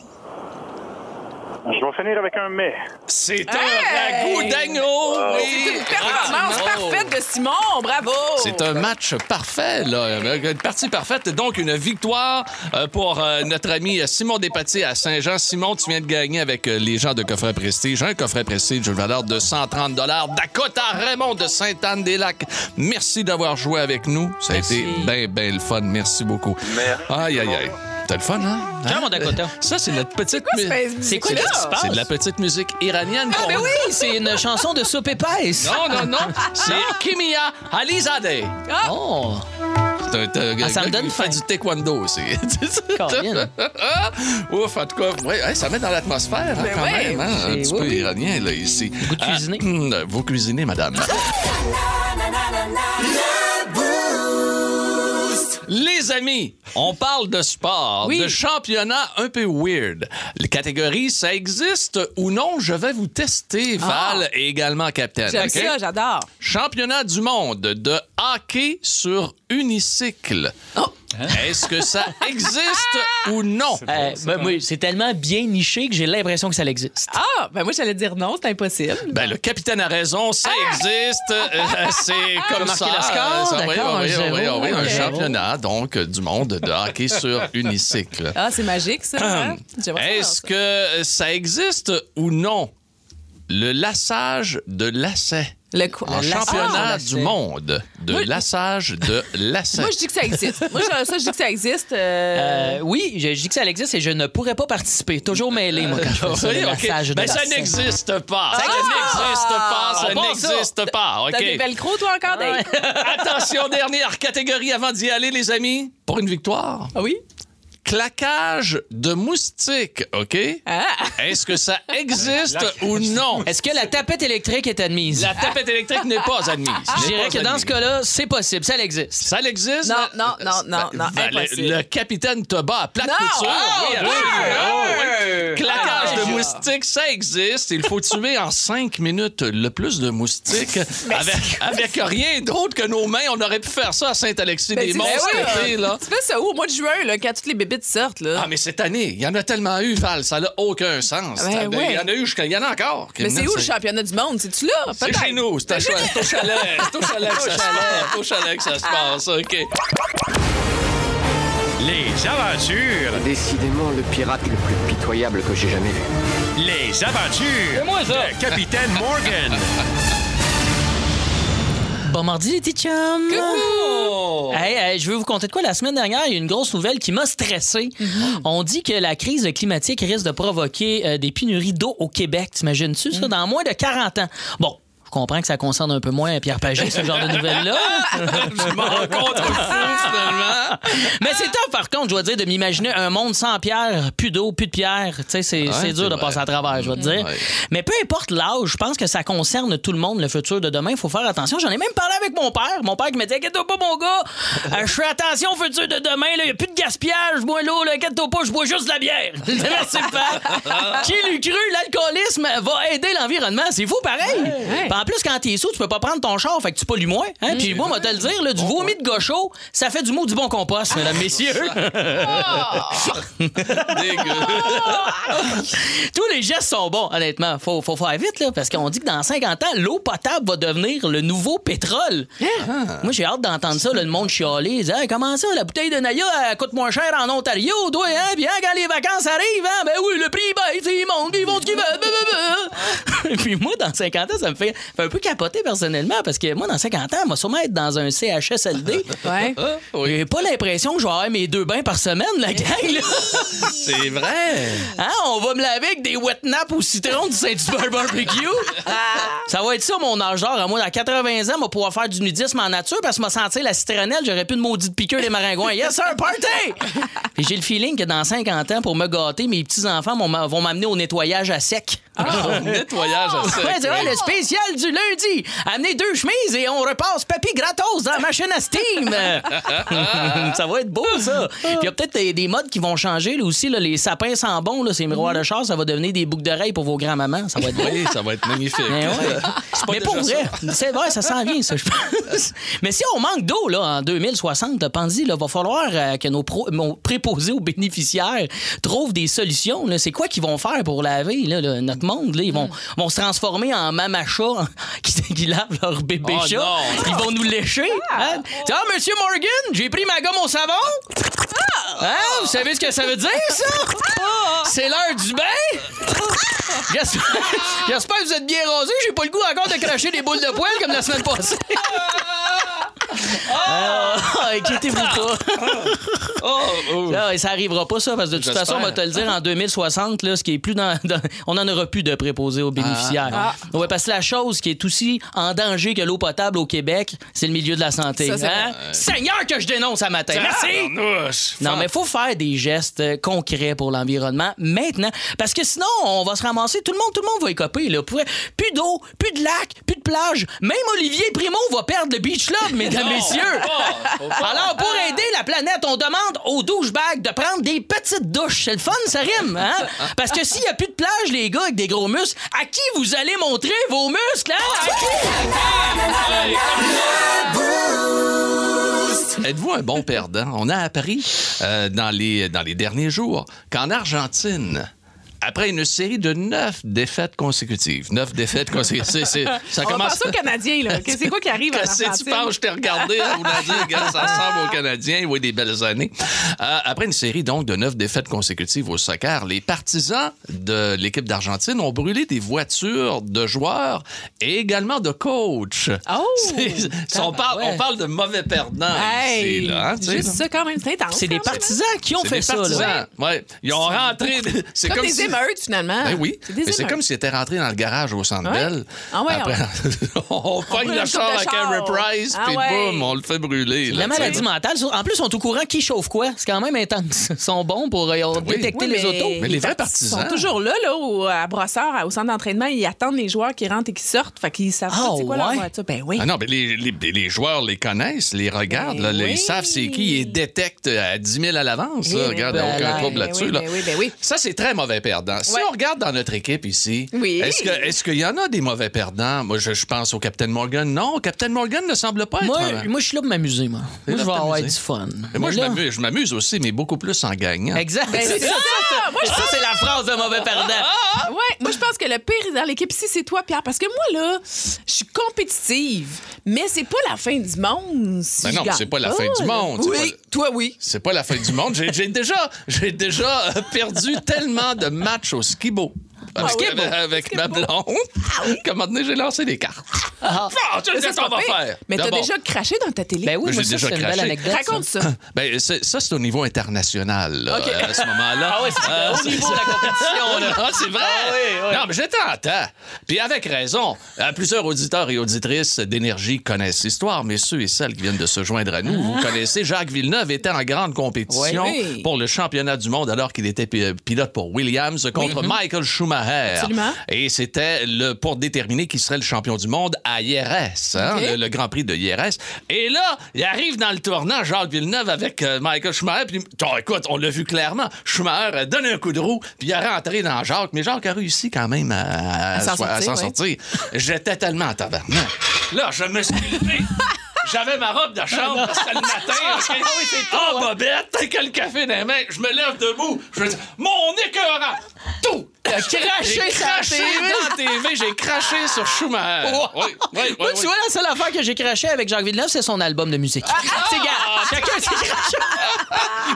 S8: Je vais finir avec un mets.
S3: c'est un
S4: Hey!
S3: ragoût d'agneau.
S4: C'est
S3: Oui.
S4: une performance
S3: Bravo.
S4: parfaite de Simon. Bravo.
S5: oh!
S3: C'est un match parfait, là. Euh, Une partie parfaite. Donc, une victoire euh, pour euh, notre ami Simon Despatie à Saint-Jean. Simon, tu viens de gagner avec euh, les gens de Coffret Prestige. Un Coffret Prestige d'une valeur de 130 Dakota Raymond de Sainte-Anne-des-Lacs. Merci d'avoir joué avec nous. Ça a été bien, bien le fun. Merci beaucoup.
S7: Merci.
S3: Aïe, aïe, aïe. T'as le fun, hein?
S5: Tiens,
S3: Hein?
S5: mon Dakota.
S3: Ça, c'est notre petite...
S4: quoi ce
S3: mu-
S4: pays-
S5: C'est quoi
S4: C'est
S5: là?
S4: là?
S5: qui se passe?
S3: C'est de la petite musique iranienne.
S5: Ah,
S3: qu'on-
S5: ben oui, c'est une chanson de soupe épaisse.
S3: Non, non, non. Ah! C'est Kimia Alizadeh.
S5: Oh!
S3: T'as- t'as-
S5: Ah, ça me donne
S3: il fait
S5: faim.
S3: du taekwondo aussi.
S5: Colin.
S3: Ouf, en tout cas, ouais, hey, ça met dans l'atmosphère hein,
S4: Ben
S3: quand
S4: ouais.
S3: même. hein, un
S5: C'est-
S3: petit
S5: oui,
S3: peu
S5: oui.
S3: iranien là, ici.
S5: Vous cuisinez.
S3: Ah, hum, vous cuisinez, madame. Les amis, on parle de sport,
S4: Oui.
S3: de championnat un peu weird. Les catégories, ça existe ou non? Je vais vous tester,
S5: Ah.
S3: Val, et également Captain.
S4: J'aime
S3: OK?
S4: ça, j'adore.
S3: Championnat du monde de hockey sur unicycle.
S4: Oh.
S3: Hein? Est-ce que ça existe ou non?
S5: Euh, ben, moi, c'est tellement bien niché que j'ai l'impression que ça existe.
S4: Ah, ben moi, j'allais dire non, c'est impossible.
S3: Ben, le capitaine a raison, ça
S4: Ah!
S3: existe. Euh, c'est comme
S5: marquer
S3: ça.
S5: le score,
S3: Euh, ça, oui,
S5: d'accord,
S3: oui,
S5: un
S3: oui, ah,
S5: zéro,
S3: oui,
S5: ok.
S3: un championnat donc euh, du monde de hockey sur unicycle.
S4: Ah, c'est magique, ça. hein? J'aimerais
S3: Est-ce
S4: savoir
S3: que ça existe ou non? Le lassage de lacets.
S4: ça. Le quoi?
S3: En
S4: Le
S3: championnat
S5: Ah!
S3: du monde de
S4: Moi, je-
S3: lassage de lacets.
S4: Moi, je dis que ça existe. Moi, je- ça, je dis que ça existe. euh,
S5: Euh, oui, je, je dis que ça existe et je ne pourrais pas participer. Toujours mêlé, moi, quand je fais
S3: Ah
S5: ça.
S3: Oui,
S5: le
S3: ok.
S5: massage de
S3: Ben, ça
S5: bassin.
S3: n'existe pas.
S4: Ah!
S5: Ça
S3: Ça
S5: existe.
S3: n'existe pas.
S5: Ah,
S3: Ça
S5: bon, ça.
S3: n'existe pas.
S4: T'as des
S3: OK.
S4: belles crocs, toi, encore, Dave?
S3: Attention, dernière catégorie avant d'y aller, les amis. Pour une victoire.
S4: Ah oui?
S3: Claquage de moustiques, OK?
S4: Ah!
S3: Est-ce que ça existe ou non?
S5: Est-ce que la tapette électrique est admise?
S3: La tapette électrique n'est pas admise.
S5: Je
S3: N'est pas
S5: dirais que dans
S3: admise.
S5: ce cas-là, c'est possible, ça existe.
S3: Ça existe?
S4: Non, non, non, non, non,
S3: Ben, le-
S4: impossible.
S3: Le, capitaine te bat à plate
S4: Non!
S3: couture.
S4: Oh,
S3: oui, absolument. Oh, oui.
S4: Ah,
S3: Claquage de moustiques, ça existe. Il faut tuer en cinq minutes le plus de moustiques. avec, avec rien d'autre que nos mains, on aurait pu faire ça à Saint-Alexis-des-Monts
S4: Ben,
S3: cet
S4: oui,
S3: été,
S4: euh,
S3: là.
S4: Tu fais ça où? Au mois de juin, là, quand toutes les bébites sortent, là.
S3: Ah, mais cette année, il y en a tellement eu, Val, ça n'a aucun sens.
S4: Ben,
S3: Ça- ben,
S4: ouais.
S3: Il y en a eu jusqu'à. Il y en a encore.
S4: mais c'est
S3: Criminel,
S4: où le championnat du monde? C'est-tu là?
S3: C'est
S4: Peut-être.
S3: chez nous, c'est à chalet. C'est au chalet. C'est au chalet que ça se passe. C'est au chalet que ça se passe, OK.
S9: Les
S10: Ah bah,
S9: aventures,
S11: Décidément le pirate le plus pitoyable que j'ai jamais vu.
S9: les aventures de Capitaine Morgan.
S5: Bon mardi, les petits chums! Hey, hey, je veux vous conter de quoi. La semaine dernière, il y a une grosse nouvelle qui m'a stressé. On dit que la crise climatique risque de provoquer euh, des pénuries d'eau au Québec. T'imagines-tu ça? Dans moins de 40 ans. Bon. Je comprends que ça concerne un peu moins Pierre Pagé, ce genre de nouvelles-là.
S4: Ah!
S3: Je m'en rends compte au fou, finalement.
S5: Mais c'est top, par contre, je dois dire, de m'imaginer un monde sans pierre, plus d'eau, plus de pierre. Tu sais, c'est c'est dur
S3: c'est
S5: de
S3: vrai.
S5: passer à travers, je vais te dire.
S3: Ouais.
S5: Mais peu importe l'âge, je pense que ça concerne tout le monde, le futur de demain. Il faut faire attention. J'en ai même parlé avec mon père. Mon père qui me dit Inquiète-toi pas, mon gars. Euh, je fais attention au futur de demain. Il n'y a plus de gaspillage. Je bois l'eau. là. Inquiète-toi pas, je bois juste de la bière. Merci, père. Qui l'eût cru L'alcoolisme va aider l'environnement. C'est fou, pareil. Puis En plus, quand t'es sous, tu peux pas prendre ton char. Fait que tu pollues moins. hein. Puis moi, moi, te le dire, là, du vomi de gaucho, ça fait du mot du bon compost, mesdames, messieurs.
S3: Dégueu.
S5: Tous les gestes sont bons, honnêtement. Faut, faut faire vite, là, parce qu'on dit que dans 50 ans, l'eau potable va devenir le nouveau pétrole. Ah. Moi, j'ai hâte d'entendre ça, là, le monde chialer. Ils disent, Hey, comment ça, la bouteille de Naya elle coûte moins cher en Ontario, toi, hein? Puis hein, quand les vacances arrivent, hein, ben oui, le prix baisse, ils montent, puis ils vont ce qu'ils veulent. blablabla. puis moi, dans 50 ans, ça me fait, fait un peu capoter personnellement, parce que moi, dans 50 ans, moi, sûrement être dans un CHSLD.
S4: Ouais.
S5: Ah, J'ai pas l'impression que je vais avoir mes deux bains par semaine, la gang, là.
S3: C'est vrai.
S5: Hein, on va me laver avec des wet naps au citron du Saint-Hubert Barbecue. ça va être ça, mon âge d'or. Moi, dans 80 ans, on va pouvoir faire du nudisme en nature parce que m'a senti la citronnelle, j'aurais plus de maudite piqûre des maringouins. Yes, sir, party! Puis j'ai le feeling que dans 50 ans, pour me gâter, mes petits-enfants m'ont- vont m'amener au nettoyage à sec.
S3: Nettoyage
S4: Ah!
S3: à sec.
S5: Ouais, c'est vrai,
S3: oui.
S5: le spécial du lundi. Amenez deux chemises et on repasse papy gratos dans la machine à steam. ça va être beau, ça. Puis il y a peut-être des, des modes qui vont changer là, aussi. Là, les sapins sans bon, là, ces miroirs de chasse, ça va devenir des boucles d'oreilles pour vos grands-mamans. Ça va être beau.
S3: Mhm. Oui, ça va être magnifique.
S5: Mais, ouais. Mais
S3: déjà
S5: pour vrai,
S3: ça.
S5: c'est vrai, ça s'en vient, ça, je pense. Mais si on manque d'eau là, en 2060, Pandy, il va falloir euh, que nos, pro- nos préposés aux bénéficiaires trouvent des solutions. là. C'est quoi qu'ils vont faire pour laver là, là, notre monde? Là? Ils
S3: Mhm.
S5: vont, vont se transformer en mamachats qui, qui lavent leur bébé
S3: Oh,
S5: chat.
S3: non.
S5: Ils vont nous lécher. hein? Tu vois, monsieur Morgan, j'ai pris ma gomme au savon. Hein? Vous savez ce que ça veut dire, ça? C'est l'heure du bain? J'espère j'espère que vous êtes bien rasés. J'ai pas le goût encore de cracher des boules de poêle comme la semaine passée. Ah, Inquiétez-vous
S4: Ah!
S5: pas.
S3: Oh, oh.
S5: Là, ça arrivera pas, ça, parce que de toute
S3: J'espère.
S5: façon, on va te le dire, en 2060, là, ce qui est plus dans. dans- on n'en aura plus de préposés aux bénéficiaires. Ah. Ouais, parce que la chose qui est aussi en danger que l'eau potable au Québec, c'est le milieu de la santé.
S4: Ça, c'est
S5: hein? Seigneur, que je dénonce à matin. Merci! Non, mais il faut faire des gestes euh, concrets pour l'environnement maintenant. Parce que sinon, on va se ramasser. Tout le monde, tout le monde va écoper. Là. Pour- Plus d'eau, plus de lac, plus de plage. Même Olivier Primo va perdre le beach club, mesdames, mesdames, messieurs. Alors, pour aider la planète, on demande aux douchebags de prendre des petites douches. C'est le fun, ça rime, hein? Parce que s'il n'y a plus de plage, les gars, avec des gros muscles, à qui vous allez montrer vos muscles, hein? À qui?
S3: Êtes-vous un bon perdant? On a appris euh, dans, les, dans les derniers jours qu'en Argentine, après une série de neuf défaites consécutives, neuf défaites consécutives, c'est- ça
S4: On
S3: commence.
S4: pense aux Canadiens, là. Que- C'est quoi qui arrive à
S3: Qu'est-ce que tu penses? Je t'ai regardé, là, vous l'avez dit, regarde, ça ressemble aux Canadiens, oui, des belles années. Euh, après une série donc de neuf défaites consécutives au soccer, les partisans de l'équipe d'Argentine ont brûlé des voitures de joueurs et également de coachs.
S4: Oh!
S3: C'est- c'est- on, parle, on parle de mauvais perdants
S4: Hey!
S3: ici, là, hein, tu sais,
S4: Juste ça, quand même, c'est intense.
S5: C'est des
S4: quand même. hein.
S5: partisans qui ont
S3: C'est
S5: fait
S3: des
S5: ça, là.
S3: partisans, ouais. Ils ont rentré. C'est
S4: Comme,
S3: comme,
S4: des
S3: si-
S4: émeutes, finalement.
S3: Ben oui,
S4: C'est des
S3: mais c'est
S4: émeutes.
S3: comme s'ils étaient rentrés dans le garage au Centre
S4: Ouais.
S3: Bell.
S4: Ah ouais,
S3: Après, on pogne
S4: brûle
S3: le
S4: une
S3: char
S4: coupe de
S3: avec
S4: char.
S3: un reprise,
S4: Ah
S3: puis
S4: ouais.
S3: boum, on le fait brûler. là,
S5: La
S3: tu sais.
S5: maladie mentale. En plus, on est au courant qui chauffe quoi. C'est quand même intense. Ils sont bons pour euh,
S3: Ah Oui.
S5: détecter
S4: Oui,
S5: les autos.
S3: Mais les vrais
S4: Ils
S3: partisans.
S4: sont toujours là, là, au, à Brossard, au centre d'entraînement. Ils attendent les joueurs qui rentrent et qui sortent. Fait qu'ils savent
S5: Ah,
S4: pas c'est quoi leur
S5: ouais?
S4: voiture. Ben oui.
S3: Ah non, mais les, les- les joueurs les connaissent, les regardent,
S4: Ben
S3: là, les-
S4: oui.
S3: ils savent c'est qui, ils détectent à 10 000 à l'avance.
S4: Eh
S3: là.
S4: ben
S3: Regarde,
S4: voilà.
S3: aucun
S4: Ben
S3: trouble là-dessus.
S4: oui,
S3: là.
S4: ben oui, ben oui.
S3: Ça, c'est très mauvais perdant. Si
S4: Ouais.
S3: on regarde dans notre équipe ici,
S4: Oui.
S3: est-ce que- est-ce qu'il y en a des mauvais perdants? Moi, je, je pense au Captain Morgan. Non, Captain Morgan ne semble pas
S5: Moi,
S3: être... un-
S5: moi, je suis là pour m'amuser, moi.
S3: là
S5: Moi, je vais
S3: pour
S5: avoir du
S3: t'amuser.
S5: fun.
S3: Mais moi, je
S5: là-
S3: m'amuse- je m'amuse aussi, mais beaucoup plus en gagnant.
S5: Exact.
S4: Ben, c'est ça. Moi, je
S5: Ça, c'est la phrase de mauvais perdant.
S4: Ah, Ouais, moi je pense que le pire dans l'équipe ici, c'est toi, Pierre, parce que moi là, je suis compétitive, mais c'est pas la fin du monde. Si
S3: Ben
S4: je
S3: non,
S4: gagne
S3: c'est pas la
S4: pas,
S3: fin du
S4: là.
S3: monde, c'est
S4: Oui,
S3: pas-
S4: toi oui.
S3: C'est pas la fin du monde. J'ai j'ai déjà, j'ai déjà euh, perdu tellement de matchs au skibo. Parce que-
S4: Ah skibo. Ah
S3: avec ma blonde. Qu'à un moment donné, j'ai lancé des cartes. Ah, tu sais
S4: Ça, c'est
S3: ce qu'on
S4: pas
S3: va
S4: pire.
S3: faire.
S4: Mais t'as
S3: D'abord,
S4: déjà craché dans ta télé.
S5: Ben oui,
S3: J'ai
S5: moi, ça,
S3: déjà
S5: c'est une belle
S3: craché.
S5: anecdote.
S4: Raconte ça.
S3: ben, c'est- ça, c'est au niveau international, là,
S5: OK.
S3: Euh, à ce moment-là.
S5: Ah ouais, c'est
S3: Euh,
S5: au niveau de la compétition, là.
S3: Ah, c'est vrai?
S5: Ah oui, oui.
S3: Non, mais j'étais en temps. Puis avec raison. Euh, Plusieurs auditeurs et auditrices d'énergie connaissent l'histoire, mais ceux et celles qui viennent de se joindre à nous, vous
S5: Ah.
S3: connaissez, Jacques Villeneuve était en grande compétition
S4: Oui, oui.
S3: pour le championnat du monde alors qu'il était pi- pilote pour Williams
S5: Mhm.
S3: contre Michael Schumacher.
S4: Absolument.
S3: Et c'était le pour déterminer qui serait le champion du monde à Yerres, hein,
S4: OK.
S3: le, le Grand Prix de Yerres. Et là, il arrive dans le tournant Jacques Villeneuve avec euh, Michael Schumacher. Puis, T'as- écoute, on l'a vu clairement. Schumacher a donné un coup de roue, puis il a rentré dans Jacques. Mais Jacques a réussi quand même à,
S4: À s'en
S3: so-
S4: sortir, oui.
S3: sortir. J'étais tellement en tabarnak. Là, Ah, je me suis levé. J'avais ma robe de
S5: Ah,
S3: chambre parce que c'était le matin. OK? Ah,
S5: hein.
S3: bobette, t'as que le café dans les mains. Je me lève debout. Je me dis, mon écœurant! Tout!
S5: craché
S3: J'ai
S5: sur la
S3: craché
S5: TV.
S3: dans TV, j'ai craché sur Schumacher.
S5: Wow.
S3: Oui, oui, oui, oui.
S5: Moi,
S3: Ah!
S5: tu vois, la seule affaire que j'ai crachée avec Jacques Villeneuve, c'est son album de musique. Ah, C'est gars, chacun s'est craché.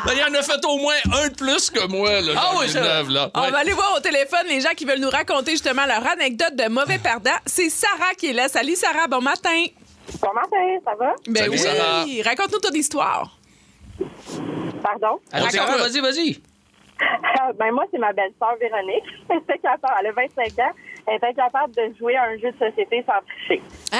S3: Ben, il en a fait au moins un de plus que moi, là,
S5: Ah
S3: Jacques
S5: oui, ça-
S3: Villeneuve, là.
S4: On
S3: Ouais.
S4: va aller voir au téléphone les gens qui veulent nous raconter justement leur anecdote de mauvais perdant. C'est Sarah qui est là. Salut Sarah, bon matin.
S12: Bon matin, ça va?
S4: Ben
S3: Salut,
S4: oui,
S3: Sarah.
S4: raconte-nous ton histoire.
S12: Pardon?
S3: On t'écoute.
S5: Raconte, Vas-y, vas-y.
S12: Euh, ben moi, c'est ma belle-sœur Véronique. Elle, était capable, elle a 25 ans. Elle était capable de jouer à un jeu de société sans tricher.
S4: Ah!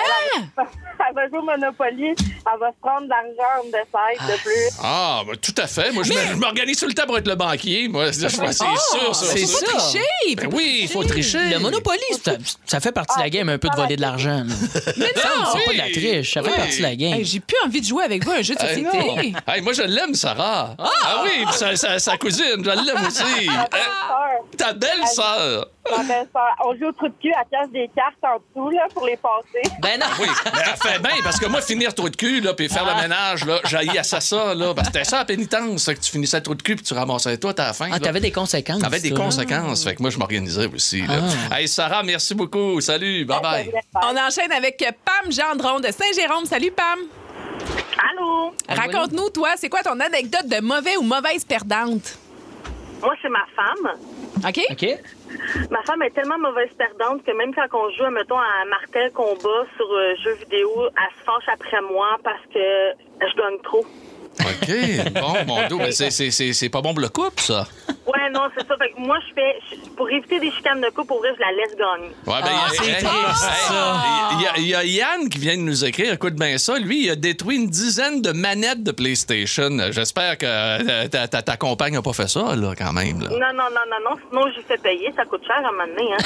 S12: Elle va jouer au Monopoly. Elle va se prendre de l'argent de side de plus.
S3: Ah, ben, tout à fait. Moi, je me- je m'organise tout le temps pour être le banquier. Moi, je vois, Ah, c'est sûr, sûr,
S5: Ah, oh, c'est
S3: sûr.
S5: ça.
S4: Triché!
S3: Ben oui, il faut tricher.
S5: Le Monopoly, ça, ça fait partie de la game un peu de voler de l'argent. là.
S4: Mais
S5: Ça,
S4: non!
S5: C'est pas de la triche, ça fait
S3: Ah, Oui.
S5: partie de la game.
S4: Hey, J'ai plus envie de jouer avec vous à un jeu de
S3: Eh, non.
S4: société.
S3: Hey, moi, je l'aime, Sarah. Ah, oui, puis sa, sa- sa cousine, je l'aime aussi.
S12: Ma
S3: Eh,
S12: belle-sœur.
S3: ta belle-sœur.
S12: Ma belle-sœur. On joue au trou de cul. Elle cache des cartes en dessous là, pour les passer.
S5: Ben non.
S3: Oui, mais elle fait bien, parce que moi, finir trou de cul, là, puis
S5: Ah.
S3: faire le ménage, là, j'haïs ça, ça, là. Parce que c'était ça, la pénitence, que tu finissais trou de cul, puis tu ramassais tout à la fin.
S5: Ah,
S3: là.
S5: t'avais des conséquences.
S3: T'avais des
S5: toi, là. Ah.
S3: conséquences. Fait que moi, je m'organisais aussi, là. Hey, Sarah, merci beaucoup. Salut, bye-bye.
S4: On enchaîne avec Pam Gendron de Saint-Jérôme. Salut Pam.
S12: Allô?
S4: Raconte-nous, toi, c'est quoi ton anecdote de mauvais ou mauvaise perdante?
S12: Moi, c'est ma femme.
S4: OK?
S5: OK?
S12: Ma femme est tellement mauvaise perdante que même quand on joue, mettons, à un martel combat sur euh, jeux vidéo, elle se fâche après moi parce que je gagne trop.
S3: OK. Bon, mon dos, ben, c'est- c'est c'est- c'est pas bon pour le couple, ça.
S12: Ouais, non, c'est ça. Fait que moi, je fais. je- Pour éviter des chicanes de couple, pour vrai, je la laisse gagner.
S3: Ouais, ben,
S5: Ah,
S3: il y a-
S5: c'est
S3: hey,
S5: triste,
S3: hey,
S5: ça.
S3: il y a- Il y, a Yann qui vient de nous écrire. Écoute bien ça. Lui, il a détruit une dizaine de manettes de PlayStation. J'espère que euh, ta, ta- ta compagne n'a pas fait ça, là, quand même. là.
S12: Non, non, non, non, non. Sinon, j'y fais payer. Ça coûte cher à un moment donné, hein.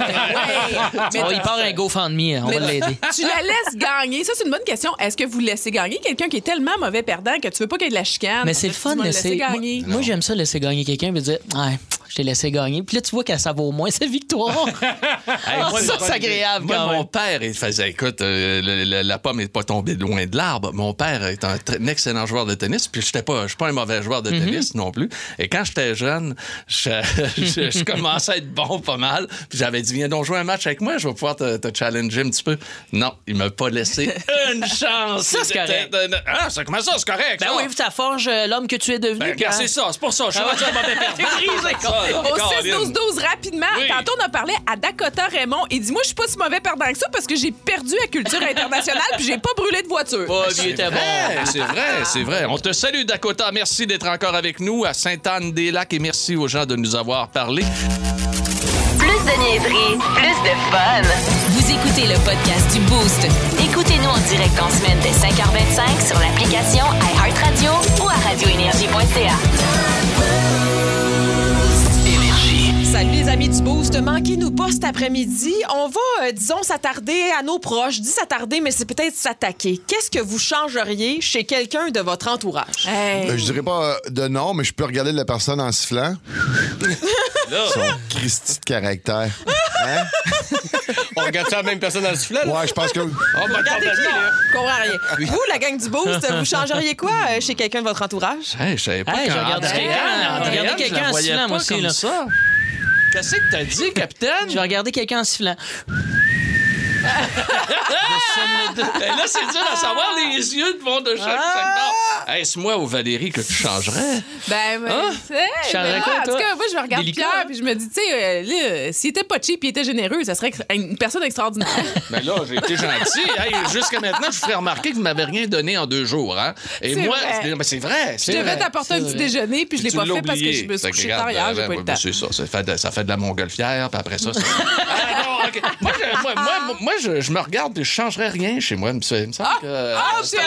S13: Ah
S5: Tu vois, Ah il part un GoFundMe, hein, on va l'aider.
S4: tu la laisses gagner. Ça, c'est une bonne question. Est-ce que vous laissez gagner quelqu'un qui est tellement mauvais perdant que tu veux pas qu'il y ait de la chicane?
S5: Mais c'est le
S4: Est-ce que
S5: fun
S4: Ah, tu
S5: de
S4: vas le
S5: laisser. Moi,
S4: gagner.
S5: moi, j'aime ça, laisser gagner quelqu'un et dire Ouais, je t'ai laissé gagner. Puis là, tu vois qu'elle ça vaut moins sa victoire.
S3: Hey,
S5: Ah,
S3: moi,
S5: ça,
S3: le-
S5: c'est agréable
S3: moi,
S5: quand
S3: mon
S5: même.
S3: père, il faisait, écoute, euh, le- le- la pomme n'est pas tombée loin de l'arbre. Mon père est un, tr- un excellent joueur de tennis, puis je pas, j'étais pas un mauvais joueur de
S5: Mm-hmm.
S3: tennis non plus. Et quand j'étais jeune, je, je- je commençais à être bon pas mal. Puis j'avais dit, viens donc jouer un match avec moi, je vais pouvoir te, te challenger un petit peu. Non, il m'a pas laissé une chance.
S5: Ça, c'est correct.
S3: Ah, ça, comment ça, c'est correct?
S5: Ben
S3: ça?
S5: oui, ça forge euh, l'homme que tu es devenu.
S3: Ben,
S5: puis,
S3: regarde,
S5: hein.
S3: c'est ça, c'est pour ça, je suis
S5: Ah ouais.
S3: rendu un mauvais perdant.
S5: T'es brisé, quoi.
S3: Ah,
S4: Au
S3: Caroline.
S4: 6-12-12, rapidement,
S3: Oui.
S4: tantôt, on a parlé à Dakota Raymond. Il dit Moi, je suis pas si mauvais perdant que ça parce que j'ai perdu à culture internationale puis j'ai pas brûlé de voiture.
S5: Pas vieux,
S3: C'est
S5: t'es bon.
S3: vrai, c'est vrai, c'est vrai. On te salue, Dakota. Merci d'être encore avec nous à Sainte-Anne-des-Lacs et merci aux gens de nous avoir parlé.
S1: Plus de niaiserie, plus de fun. Vous écoutez le podcast du Boost. Écoutez-nous en direct en semaine dès 5h25 sur l'application iHeartRadio ou à radioénergie.ca.
S14: Salut les amis du Boost. Manquez-nous pas cet après-midi. On va, euh, disons, s'attarder à nos proches. Je dis s'attarder, mais c'est peut-être s'attaquer. Qu'est-ce que vous changeriez chez quelqu'un de votre entourage?
S4: Hey.
S3: Ben,
S15: Euh, je dirais pas euh, de nom, mais je peux regarder la personne en sifflant. Son Christy de caractère. Hein?
S10: On regarde ça la même personne dans le soufflet, là?
S15: Ouais, je pense que.
S3: Oh, Ah, ben,
S14: Regardez qui, là. Je comprends rien. Vous, la gang du Boost, vous changeriez quoi euh, chez quelqu'un de votre entourage?
S3: Hey, je savais pas
S5: Hey,
S3: qu'en-
S5: je regarde
S3: en
S5: quelqu'un,
S3: Diane,
S5: regardez
S3: Diane, je
S5: quelqu'un
S3: la
S5: en
S3: voyais
S5: sifflant,
S3: pas
S5: moi aussi,
S3: comme
S5: là.
S3: ça. Qu'est-ce que t'as dit, capitaine?
S5: Je vais regarder quelqu'un en sifflant.
S3: Ben là, c'est dur à savoir les yeux de mon de chaque
S4: Ah!
S3: secteur. Est-ce moi ou Valérie que tu changerais?
S4: Ben, mais,
S3: Hein?
S4: tu sais,
S3: Je
S4: mais
S3: changerais
S4: moi,
S3: quoi,
S4: en
S3: toi?
S4: tout cas, moi, je me regarde
S3: Délicat,
S4: Pierre puis je me dis, tu sais, euh, là, s'il était pas cheap, il était généreux, ça serait une personne extraordinaire.
S3: Mais là, j'ai été gentil. Hey, Jusqu'à maintenant, je vous ferais remarquer que vous m'avez rien donné en deux jours. Hein? Et
S4: C'est
S3: moi,
S4: vrai.
S3: c'est- mais c'est vrai.
S4: je devais t'apporter un petit déjeuner puis je l'ai pas fait parce que je me suis couché tard hier, j'ai pas eu le temps.
S3: ben, C'est ça, ça fait, de, ça fait de la montgolfière, puis après ça, ça- Ah, non, ok. Moi, je, moi, moi- moi, je, je me regarde et je changerais rien chez moi. Il me semble il me semble que...
S4: Ah. Ah, c'est
S3: Euh,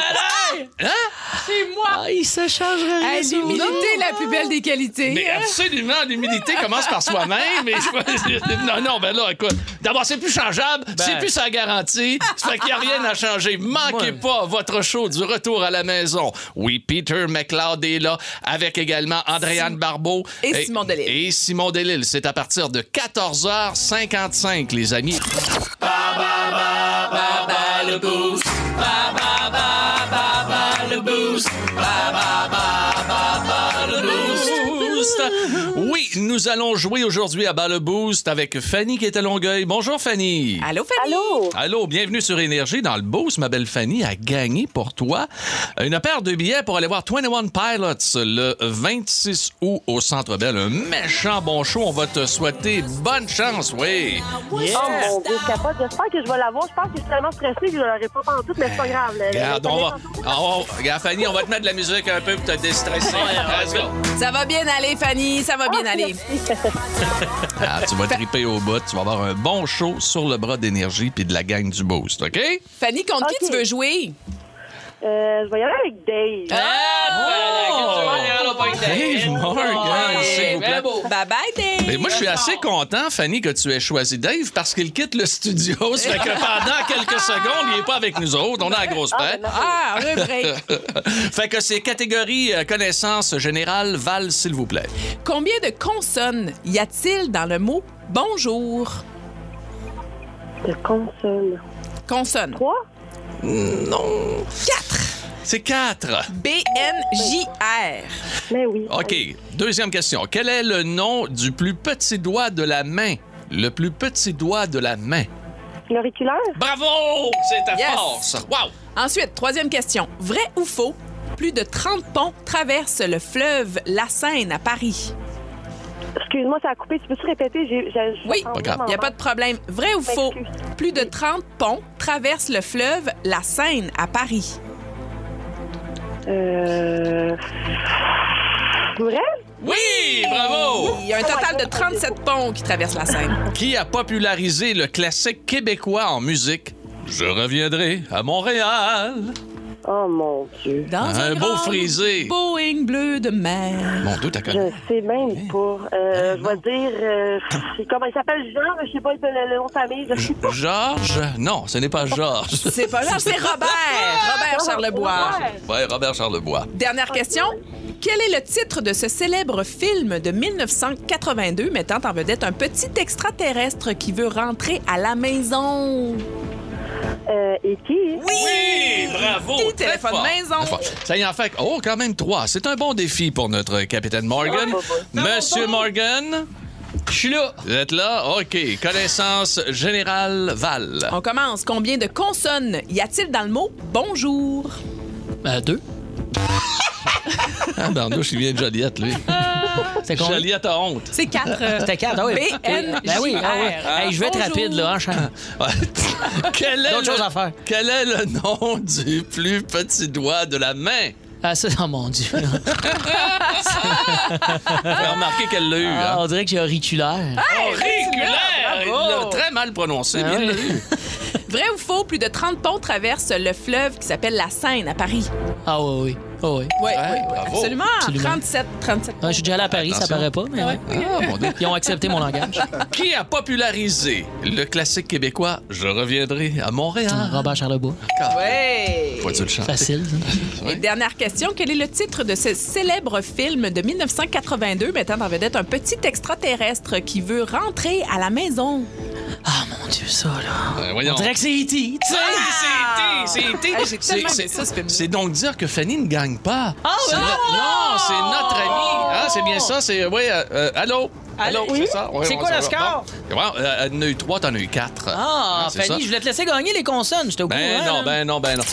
S3: Hein? Ah,
S4: C'est moi!
S5: il se changerait
S4: Hey, L'humilité, est la plus belle des qualités.
S3: Mais absolument, l'humilité commence par soi-même. Et je- Non, non, ben là, écoute. D'abord, c'est plus changeable, c'est plus sa garantie. Ça fait qu'il n'y a rien à changer. Manquez pas votre show du retour à la maison. Oui, Peter McLeod est là, avec également Andréane Barbeau.
S4: Et Simon Delille.
S3: Et Simon Delille. C'est à partir de 14h55, les amis. Boost. Oui, nous allons jouer aujourd'hui à Bas le Boost avec Fanny qui est à Longueuil. Bonjour Fanny.
S4: Allô Fanny. Allô.
S3: Allô, bienvenue sur Énergie dans le Boost. Ma belle Fanny a gagné pour toi une paire de billets pour aller voir 21 Pilots le 26 août au Centre Bell. Un méchant bon show. On va te souhaiter bonne chance, oui.
S12: Oh mon dieu, je capote. J'espère que je vais l'avoir. Je pense que je suis tellement stressée que je l'aurai pas pantoute, mais c'est pas grave. là.
S3: Regarde, on va... on va- regarde, Fanny, on va te mettre de la musique un peu pour te déstresser. Let's go.
S4: Ça va bien aller, Fanny, ça va bien aller.
S3: Ah, tu vas triper au bout. Tu vas avoir un bon show sur le bras d'énergie puis de la gang du Boost, OK?
S4: Fanny, contre qui tu veux jouer? Ah!
S12: Euh, je vais y aller avec Dave.
S3: Ah!
S4: Oh!
S3: Dave Morgan, s'il vous plaît.
S4: Bye bye, Dave.
S3: Mais moi, je suis assez content, Fanny, que tu aies choisi Dave parce qu'il quitte le studio. Ça fait que pendant quelques secondes, il n'est pas avec nous autres. On a la grosse paix.
S4: Ah, un break.
S3: fait que c'est catégorie euh, connaissance générale. Val, s'il vous plaît.
S4: Combien de consonnes y a-t-il dans le mot bonjour?
S12: De consonne.
S4: Consonne.
S12: Trois?
S3: Non. Quatre. C'est quatre.
S4: B-N-J-R.
S12: Mais oui.
S3: OK. Deuxième question. Quel est le nom du plus petit doigt de la main? Le plus petit doigt de la main.
S12: L'auriculaire?
S3: Bravo! C'est ta
S4: Yes.
S3: force. Wow!
S4: Ensuite, troisième question. Vrai ou faux? Plus de 30 ponts traversent le fleuve La Seine à Paris.
S12: Excuse-moi, ça a coupé. Tu peux-tu répéter? J'ai, j'ai- je
S4: Oui,
S12: comprends
S3: grave.
S4: il n'y
S12: vraiment
S4: a pas de problème. Vrai ou
S12: Je
S4: faux?
S12: m'excuse.
S4: Plus de 30 ponts traversent le fleuve La Seine à Paris.
S12: Euh... Vrai?
S3: Oui! Bravo!
S4: Il y a un total de 37 ponts qui traversent la Seine.
S3: Qui a popularisé le classique québécois en musique Je reviendrai à Montréal?
S13: Oh mon Dieu.
S4: Dans
S3: Un beau
S4: grand
S3: frisé.
S4: Boeing bleu de mer.
S3: Mon Dieu, t'as
S13: Je
S3: connu.
S13: sais même pas. Euh, je vais dire. euh, c'est- comment il s'appelle Jean Je sais pas le, le, le nom de famille. Je-
S3: Georges? Non, ce n'est pas Georges.
S4: C'est pas là, c'est Robert. Robert Charlebois.
S3: Ouais, Robert Charlebois.
S4: Dernière question. Quel est le titre de ce célèbre film de 1982 mettant en vedette un petit extraterrestre qui veut rentrer à la maison?
S13: et qui?
S4: Oui!
S3: bravo!
S4: Qui, téléphone
S3: Fort.
S4: maison?
S3: Fort. Ça y en fait. Oh, quand même trois. C'est un bon défi pour notre capitaine Morgan. Monsieur Morgan. Je suis là. Vous êtes là? OK. Connaissance générale Val.
S4: On commence. Combien de consonnes y a-t-il dans le mot bonjour?
S5: Ben, deux.
S3: Ah, Bardouche, il vient de Joliette, lui.
S5: C'est con.
S3: Joliette a honte.
S4: Euh, C'est quatre. euh,
S5: C'était quatre, ah oui.
S4: BNJR.
S5: Ben oui, ah oui. Hey, je vais être
S4: Bonjour.
S5: rapide, là, en chant.
S3: Quel est
S5: D'autres
S3: le-
S5: choses à faire.
S3: Quel est le nom du plus petit doigt de la main?
S5: Ah, ça, oh mon Dieu.
S3: J'ai remarqué qu'elle l'a eu.
S5: Ah,
S3: hein.
S5: on dirait que j'ai auriculaire.
S3: Auriculaire! Il
S4: bravo!
S3: l'a très mal prononcé, mais
S5: Ah
S3: il l'a
S5: oui.
S3: eu.
S4: Vrai ou faux, plus de 30 ponts traversent le fleuve qui s'appelle la Seine à Paris.
S5: Ah oui, oui. Ah oui.
S4: Oui,
S5: Ah,
S4: oui, oui,
S5: bravo.
S4: absolument.
S5: Absolument.
S4: 37, 37
S5: Ah, je suis déjà allé à Paris, ça
S3: Attention. Ah,
S5: paraît pas, mais ouais. ils ont accepté mon langage.
S3: Qui a popularisé le classique québécois Je reviendrai à Montréal?
S5: Robert Charlebois.
S4: Ouais.
S3: Faut-tu le chanter?
S5: Facile.
S4: Et dernière question, quel est le titre de ce célèbre film de 1982 mettant en vedette un petit extraterrestre qui veut rentrer à la maison?
S5: Ah, mon Dieu, ça, là.
S3: Ben, voyons.
S5: On dirait que c'est E.T., E tu sais.
S3: Ah, C'est été,
S4: Ah,
S3: c'est
S4: j'ai
S3: été.
S4: tellement aimé
S3: C'est-
S4: ça, ce
S3: c'est-
S4: film-là.
S3: C'est donc dire que Fanny ne gagne pas.
S5: Ah,
S3: C'est
S5: non!
S3: notre- Non, c'est notre ami. Hein, c'est bien ça. C'est. Oui, euh, euh, allô? Allô,
S5: Allô?
S3: c'est ça? Ouais,
S5: C'est
S3: on
S5: quoi le
S3: s'en va.
S5: score?
S3: Bon. Ouais, euh, elle en a eu trois, t'en as eu quatre.
S5: Ah,
S3: Hein, c'est
S5: Fanny, je
S3: ça.
S5: voulais te laisser gagner les consonnes, j'étais au
S3: Ben
S5: courant.
S3: non, ben non, ben non.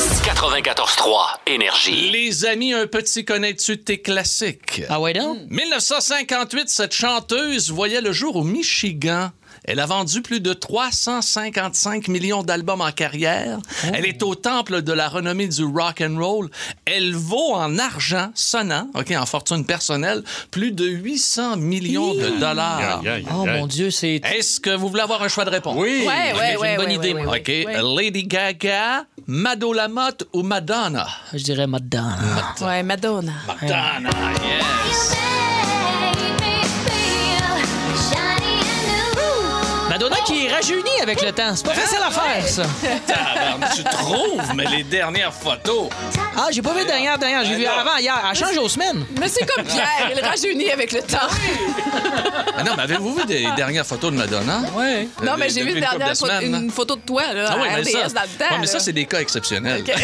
S6: 94.3 Énergie.
S3: Les amis, un petit connais-tu de tes classiques? Hmm.
S5: Ah ouais, non?
S3: 1958, cette chanteuse voyait le jour au Michigan. Elle a vendu plus de 355 millions d'albums en carrière.
S4: Oh.
S3: Elle est au temple de la renommée du rock and roll. Elle vaut en argent sonnant, ok, en fortune personnelle, plus de 800 millions de dollars.
S5: Oh, mon Dieu, c'est...
S3: Est-ce que vous voulez avoir un choix de réponse?
S10: Oui.
S4: Ouais, ouais,
S3: Ok, j'ai
S4: ouais,
S3: une bonne
S4: ouais,
S3: idée.
S4: ouais,
S3: moi.
S4: ouais,
S3: Ok,
S4: ouais.
S3: Lady Gaga, Mado Lamotte ou Madonna? Ah.
S5: Je dirais Madonna.
S4: Ouais, Madonna.
S3: Madonna, yes.
S5: Madonna qui est rajeunie avec le temps. C'est
S3: Hein?
S5: pas facile à faire, ça.
S3: Tabarne, tu trouves, mais les dernières photos.
S5: Ah, j'ai
S3: Ben
S5: pas vu dernière, dernière. J'ai vu avant, hier. Elle change aux semaines.
S4: Mais c'est comme Pierre, il rajeunit avec le temps.
S3: Ah non, mais avez-vous vu des dernières photos de Madonna? Euh,
S5: Ouais.
S4: Non, mais j'ai vu une,
S3: Depuis
S4: dernière
S3: une couple de
S4: photo-
S3: semaines,
S4: une photo de toi là,
S3: Ah oui,
S4: à
S3: mais
S4: RDS
S3: ça,
S4: dans le temps.
S3: ouais, mais ça,
S4: là.
S3: c'est des cas exceptionnels.
S4: OK.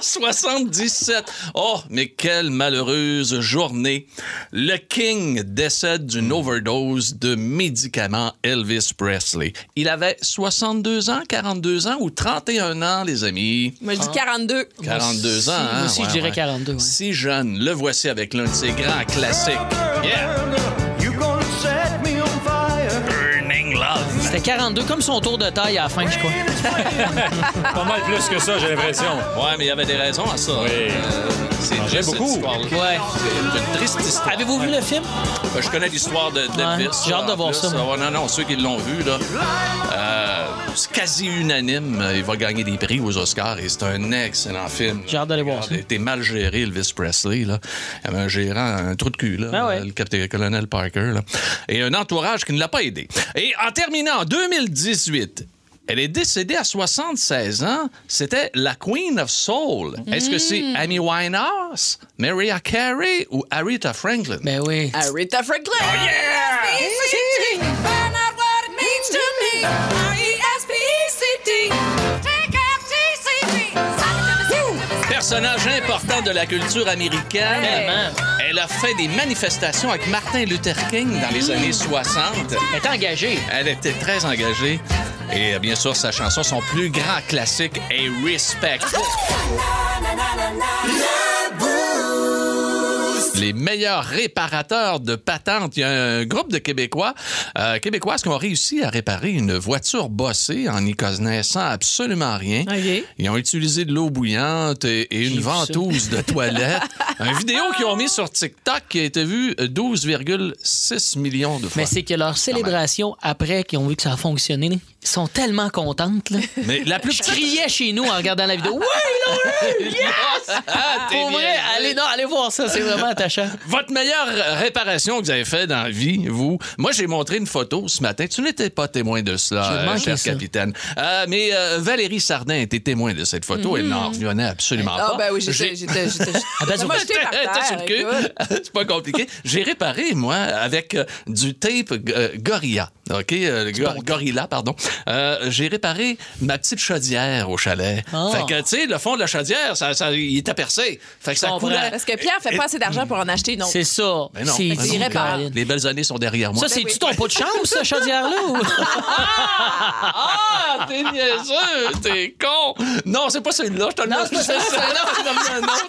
S3: 1977. Oh, mais quelle malheureuse journée. Le King décède d'une overdose de médicaments Elvis Presley. Il avait 62 ans, 42 ans ou 31 ans, les amis.
S4: Moi,
S5: Ah.
S4: je dis 42.
S3: 42 ans,
S5: Moi aussi,
S3: hein?
S5: moi aussi, je dirais 42, ouais.
S3: Si jeune, le voici avec l'un de ses grands classiques. Yeah! Burning Love.
S5: C'était 42, comme son tour de taille à la fin, je crois.
S9: Pas mal plus que ça, j'ai l'impression.
S3: Ouais, mais il y avait des raisons à ça. Euh,
S9: Oui.
S3: c'est
S9: Mangeait
S3: triste,
S9: beaucoup.
S3: cette histoire-là.
S5: Ouais.
S3: C'est une triste histoire.
S5: Avez-vous vu le film?
S3: Euh, Je connais l'histoire de d'Elvis.
S5: j'ai hâte de
S3: en
S5: voir
S3: plus.
S5: ça, moi.
S3: Ah ouais, non, non, ceux qui l'ont vu, là. euh, c'est quasi unanime. euh, Il va gagner des prix aux Oscars et c'est un excellent film. là.
S5: J'ai hâte d'aller voir
S3: Regarde,
S5: ça.
S3: il était mal géré, Elvis Presley, là. Il avait un gérant, un trou de cul, là.
S5: Ah ouais.
S3: Le capitaine colonel Parker, là. Et un entourage qui ne l'a pas aidé. Et en terminant, en 2018, elle est décédée à 76 ans. C'était la Queen of Soul.
S5: Mm.
S3: Est-ce que c'est Amy Winehouse, Mariah Carey ou Aretha Franklin?
S5: Ben oui.
S4: Aretha Franklin. Ah,
S3: Oh, Personnage important de la culture américaine.
S5: Tellement.
S3: Elle a fait des manifestations avec Martin Luther King dans les années 60.
S5: Mm. Elle est engagée.
S3: Elle était très engagée. Et euh, bien sûr, sa chanson, son plus grand classique est Respect. les meilleurs réparateurs de patentes. Il y a un groupe de Québécois, euh, Québécoises qui ont réussi à réparer une voiture bossée en n'y connaissant absolument rien. Ils ont utilisé de l'eau bouillante et, et une ventouse de toilette. Une vidéo qu'ils ont mis sur TikTok qui a été vue 12,6 millions de fois.
S5: Mais c'est que leur célébration, après qu'ils ont vu que ça a fonctionné, là, ils sont tellement contentes. là.
S3: Mais la plus
S5: Je
S3: petite-
S5: criais chez nous en regardant la vidéo. Oui, ils l'ont eu! Yes!
S3: Ah, t'es
S5: Pour
S3: bien
S5: vrai,
S3: joué.
S5: allez, non, allez voir ça, c'est vraiment attachant.
S3: Votre meilleure réparation que vous avez faite dans la vie, vous. Moi, j'ai montré une photo ce matin. Tu n'étais pas témoin de cela,
S5: J'ai
S3: euh,
S5: manqué
S3: cher
S5: ça.
S3: capitaine. Euh, mais euh, Valérie Sardin était témoin de cette photo. Elle
S4: Mhm.
S3: n'en revenait absolument
S4: Ah,
S3: pas.
S4: ben oui, j'étais- j'étais- j'étais- j'étais
S3: ben,
S4: jetée par
S3: j'étais- j'étais sur le
S4: terre,
S3: cul. C'est pas compliqué. J'ai réparé, moi, avec euh, du tape euh, Gorilla. OK? euh, le go- gorilla, pardon. Euh, j'ai réparé ma petite chaudière au chalet.
S4: Ah.
S3: Fait que, tu sais, le fond de la chaudière, ça, ça- il était percé. Fait que ça coulait.
S4: Parce que Pierre fait pas assez d'argent pour en acheter une autre.
S5: C'est ça.
S3: Ben non,
S5: C'est
S3: ben non.
S4: du répare.
S3: Les belles années sont derrière moi.
S4: Ben
S5: Ça, c'est-tu ton pot de chambre, ça, chaudière-là? ou-
S3: Ah, t'es niaiseux, t'es con. Non, c'est pas celui-là, je te le
S4: Non,
S3: montre.
S4: c'est pas celui-là.
S3: Non, tu m'as mis un autre.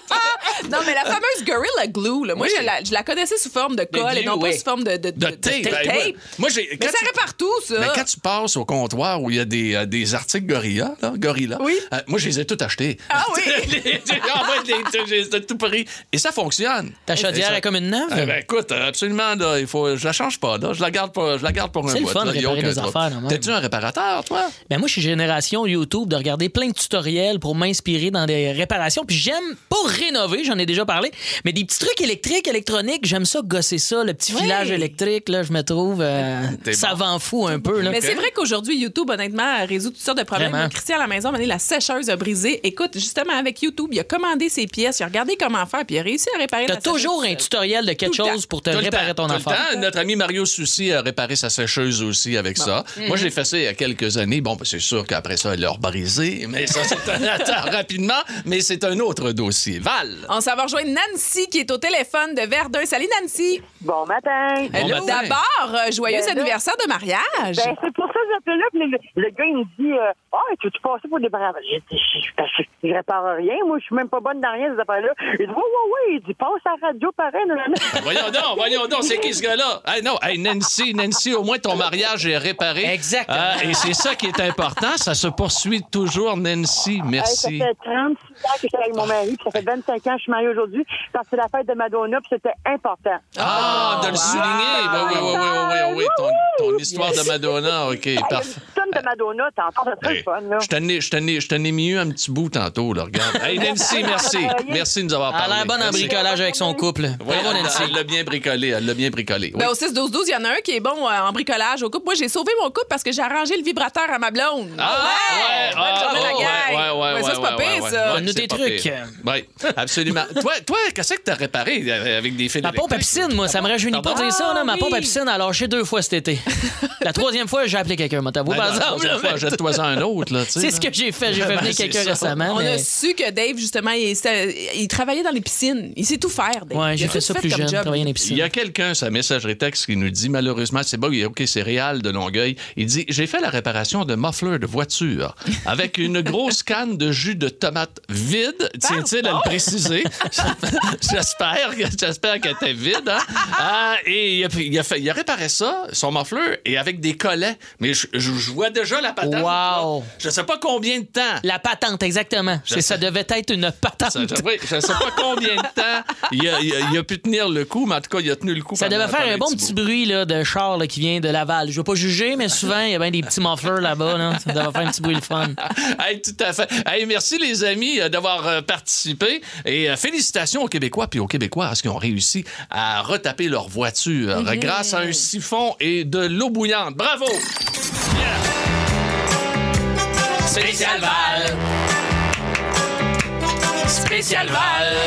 S4: Non, mais la fameuse Gorilla Glue, là, moi,
S3: Oui.
S4: je, la, je la connaissais sous forme de colle
S3: glue,
S4: et non
S3: oui.
S4: pas sous forme de, de,
S3: De tape. Ben,
S4: tape.
S3: moi- moi, j'ai-
S4: mais
S3: quand
S4: ça
S3: tu-
S4: répare tout, ça.
S3: Mais quand tu passes au comptoir où il y a des, euh, des articles gorilla, là, gorilla euh, moi, je les ai tous achetés.
S4: Ah oui!
S3: Les- en fait, les- je les ai tous pris. Et ça fonctionne.
S5: Ta chaudière
S3: Et ça-
S5: est comme une neuve?
S3: Eh ben, écoute, euh, absolument, là, il faut, je la change pas. Là, je, la garde pas je la garde pour un
S5: C'est le
S3: bout,
S5: fun de
S3: là, il y a
S5: réparer
S3: aucun
S5: des
S3: trouble.
S5: affaires, là, même.
S3: T'es-tu un réparateur, toi?
S5: Ben moi, je suis génération YouTube de regarder plein de tutoriels pour m'inspirer dans des réparations. Puis j'aime, pour rénover, j'en ai déjà parlé, mais des petits trucs électriques, électroniques, j'aime ça, gosser ça, le petit
S4: Oui.
S5: filage électrique, là, je me trouve euh,
S3: T'es bon.
S5: savant fou un peu. Là.
S4: Mais c'est vrai qu'aujourd'hui, YouTube, honnêtement, résout toutes sortes de problèmes.
S5: Vraiment.
S4: Moi, Christian à la maison, un moment donné, la sécheuse a brisé. Écoute, justement, avec YouTube, il a commandé ses pièces, il a regardé comment faire, puis il a réussi à réparer
S5: T'as
S4: la sécheuse.
S5: toujours un tutoriel de quelque
S4: Tout le
S5: chose
S4: temps.
S5: pour te
S3: Tout le
S5: réparer
S3: temps,
S5: ton
S3: tout le
S5: affaire.
S3: temps. Notre ami Mario Souci a réparé sa sécheuse aussi avec ça.
S5: Mhm.
S3: Moi, j'ai fait ça il y a quelques années. Bon, ben, c'est sûr qu'après ça, elle l'a brisé, mais ça, c'est un attends, rapidement, mais c'est un autre dossier. Val!
S4: On s'en va rejoindre Nancy qui est au téléphone de Verdun. Salut Nancy!
S13: Bon matin!
S3: Bon matin.
S4: D'abord, euh, joyeux
S13: Ben là-
S4: anniversaire de mariage!
S13: Ben, c'est pour ça que j'appelle là. Puis le, le gars, il me dit euh, Ah, tu veux-tu passer pour des barrages J'ai dit Je- je- Je je répare rien. Moi, je suis même pas bonne dans rien, ces affaires-là. Il dit Oui, oui, oui. Il dit Passe à la radio pareil. nan, nan, nan.
S3: Voyons donc, voyons donc, c'est qui ce gars-là? Hey, non, hey, Nancy, Nancy, au moins ton mariage est réparé. Ah,
S5: Exactement.
S3: et c'est ça qui est important, ça se poursuit toujours, Nancy. Merci.
S13: Hey, ça fait 36 ans que j'étais avec mon mari, puis ça fait 25 ans que je suis mariée aujourd'hui, parce que c'est la fête de Madonna, puis c'était important.
S3: Ah, de le souligner. Oui, oui, oui, oui, oui, oui, oui, ton, ton histoire de Madonna, OK, parfait.
S13: Tonne de Madonna, t'entends, c'est très
S3: Hey,
S13: fun, là.
S3: Je t'en ai- je t'en ai- je t'en ai mis un petit bout tantôt, là, regarde. Hey, Nancy, merci.
S4: Ah,
S3: Merci de nous avoir
S5: Elle a
S3: parlé.
S5: l'air bonne en
S3: Merci.
S5: bricolage avec son couple.
S3: Oui,
S5: Bravo,
S3: elle-
S5: Nancy.
S3: Elle l'a bien bricolé, elle l'a bien bricolé. Oui.
S4: Ben, au 6-12-12, il y en a un qui est bon euh, en bricolage au couple. Moi, j'ai sauvé mon couple parce que j'ai arrangé le vibrateur à ma blonde.
S3: Ah, ouais,
S4: Bonne
S3: ah,
S4: journée, la
S3: ouais,
S4: gang.
S3: ouais, ouais,
S4: Ouais,
S3: ouais,
S4: ça, c'est pas
S3: ouais,
S4: pire,
S3: ouais,
S4: ça.
S3: ouais,
S5: Donne-nous
S3: c'est
S5: des
S3: pas
S5: trucs.
S3: pire. Oui, absolument. toi, toi, qu'est-ce que t'as réparé euh, avec des fils
S5: Ma pompe à
S3: électriques?
S5: piscine, moi, ça me rajeunit pas de dire ça. Là, ma
S4: Ah, oui.
S5: pompe à piscine, elle a lâché deux fois cet été. La troisième fois, j'ai appelé quelqu'un, moi, t'avoues,
S3: Ben,
S5: par
S3: la
S5: exemple,
S3: troisième
S5: là,
S3: fois, jette-toi-en un autre, là, tu sais,
S5: C'est
S3: là.
S5: ce que j'ai fait. J'ai fait
S3: Ben,
S5: venir
S3: c'est
S5: quelqu'un
S3: ça.
S5: récemment.
S4: On a
S5: mais-
S4: su que Dave, justement, il, était- il travaillait dans les piscines. Il sait tout faire, Dave.
S5: Ouais,
S4: Il
S5: j'ai
S4: a
S5: fait
S4: tout
S5: ça plus
S4: comme
S5: jeune,
S4: job.
S5: travailler dans les
S3: Il
S5: piscines.
S3: y a quelqu'un, sa messagerie texte, qui nous dit malheureusement, c'est pas OK, c'est Réal de Longueuil. Il dit J'ai fait la réparation de muffler de voiture avec une grosse canne de jus de tomate vide.
S4: Ben
S3: Tient-il à le préciser J'espère que- j'espère qu'elle était vide. hein? Ah, et il a, il a fait- il a réparé ça, son muffler, et avec des collets. Mais je, je- je vois déjà la patente.
S5: Wow!
S3: Je sais pas combien de temps.
S5: La patente, exactement.
S3: Je
S5: C'est- Ça devait être une patente.
S3: Ça, oui, je ne sais pas combien de temps il a, il a- il a pu tenir le coup, mais en tout cas, il a tenu le coup.
S5: Ça devait
S3: pendant-
S5: faire
S3: pendant
S5: un bon
S3: bout.
S5: petit bruit là, de char là, qui vient de Laval. Je veux pas juger, mais souvent, il y a bien des petits mufflers là-bas. là. Ça devait faire un petit bruit le fun.
S3: Hey, tout à fait. Hey, merci les amis euh, d'avoir euh, participé et euh, félicitations aux Québécois puis aux Québécoises qui ont réussi à retaper leur voiture euh, grâce à un siphon et de l'eau bouillante. Bravo! Spécial Val! Spécial Val!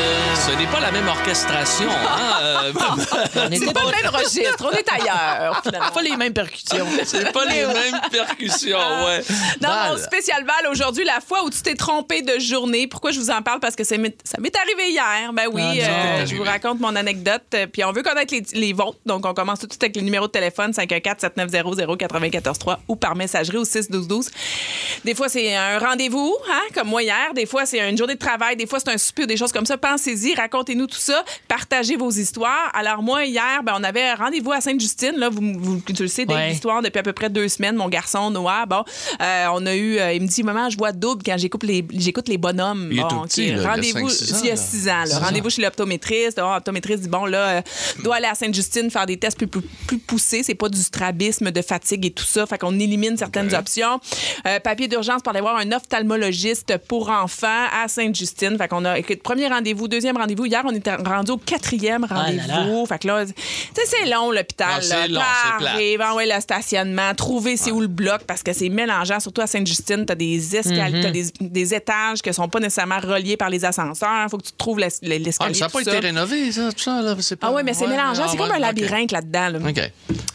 S3: Ce n'est pas la même orchestration. Hein? euh,
S4: C'est pas le même registre. On est ailleurs, finalement.
S5: Pas les mêmes percussions.
S3: C'est pas les mêmes percussions, ouais.
S4: Dans
S3: Val.
S4: Ah. mon spécial Val, aujourd'hui, la fois où tu t'es trompé de journée. Pourquoi je vous en parle? Parce que ça m'est ça m'est arrivé hier. Ben oui,
S5: Ah,
S4: euh, je
S5: non. C'est
S3: arrivé.
S4: vous raconte mon anecdote. euh, Puis on veut connaître les, les vôtres. Donc, on commence tout de suite avec le numéro de téléphone 514-7900-943 ou par messagerie au 61212. Des fois, c'est un rendez-vous, hein, comme moi hier. Des fois, c'est une journée de travail. Des fois, c'est un souper ou des choses comme ça. Pensez-y, racontez-nous tout ça, partagez vos histoires. Alors, moi, hier, ben, on avait rendez-vous à Sainte-Justine. Là, vous, vous- tu le sais, des
S5: Ouais.
S4: histoires depuis à peu près deux semaines. Mon garçon, Noah, bon, euh, on a eu, euh, il me dit, maman, je vois double quand j'écoute les, j'écoute les bonhommes.
S3: Il est
S4: Bon,
S3: tout
S4: ok,
S3: petit, là, il a
S4: rendez-vous,
S3: cinq, six ans,
S4: il y a
S3: là.
S4: six ans, là.
S3: Six ans.
S4: Rendez-vous chez l'optométriste. Oh, l'optométriste dit, bon, là, euh, doit aller à Sainte-Justine faire des tests plus, plus, plus poussés. C'est pas du strabisme, de fatigue et tout ça. Fait qu'on élimine certaines options. Euh, papier d'urgence pour aller voir un ophtalmologiste pour enfants à Sainte-Justine. Fait qu'on a, écoute, premier rendez-vous, deuxième rendez-vous. Hier, on était rendu au quatrième
S5: Ah là là.
S4: rendez-vous. Fait que là, tu sais, c'est long, l'hôpital.
S5: Ah,
S4: là.
S5: c'est long, c'est plate.
S4: T'arrives, ah ouais, le stationnement, trouver c'est où le bloc parce que c'est mélangeant, surtout à Sainte-Justine, t'as des escaliers,
S3: Mhm.
S4: t'as des, des étages qui sont pas nécessairement reliés par les ascenseurs, faut que tu trouves l'es- l'escalier.
S3: Ah, mais ça n'a pas
S4: tout
S3: été rénové, ça, tout ça. Là. C'est pas...
S4: Ah ouais, mais c'est mélangeant,
S3: ah,
S4: c'est comme
S3: ouais,
S4: un
S3: ok.
S4: labyrinthe là-dedans. là.
S3: OK.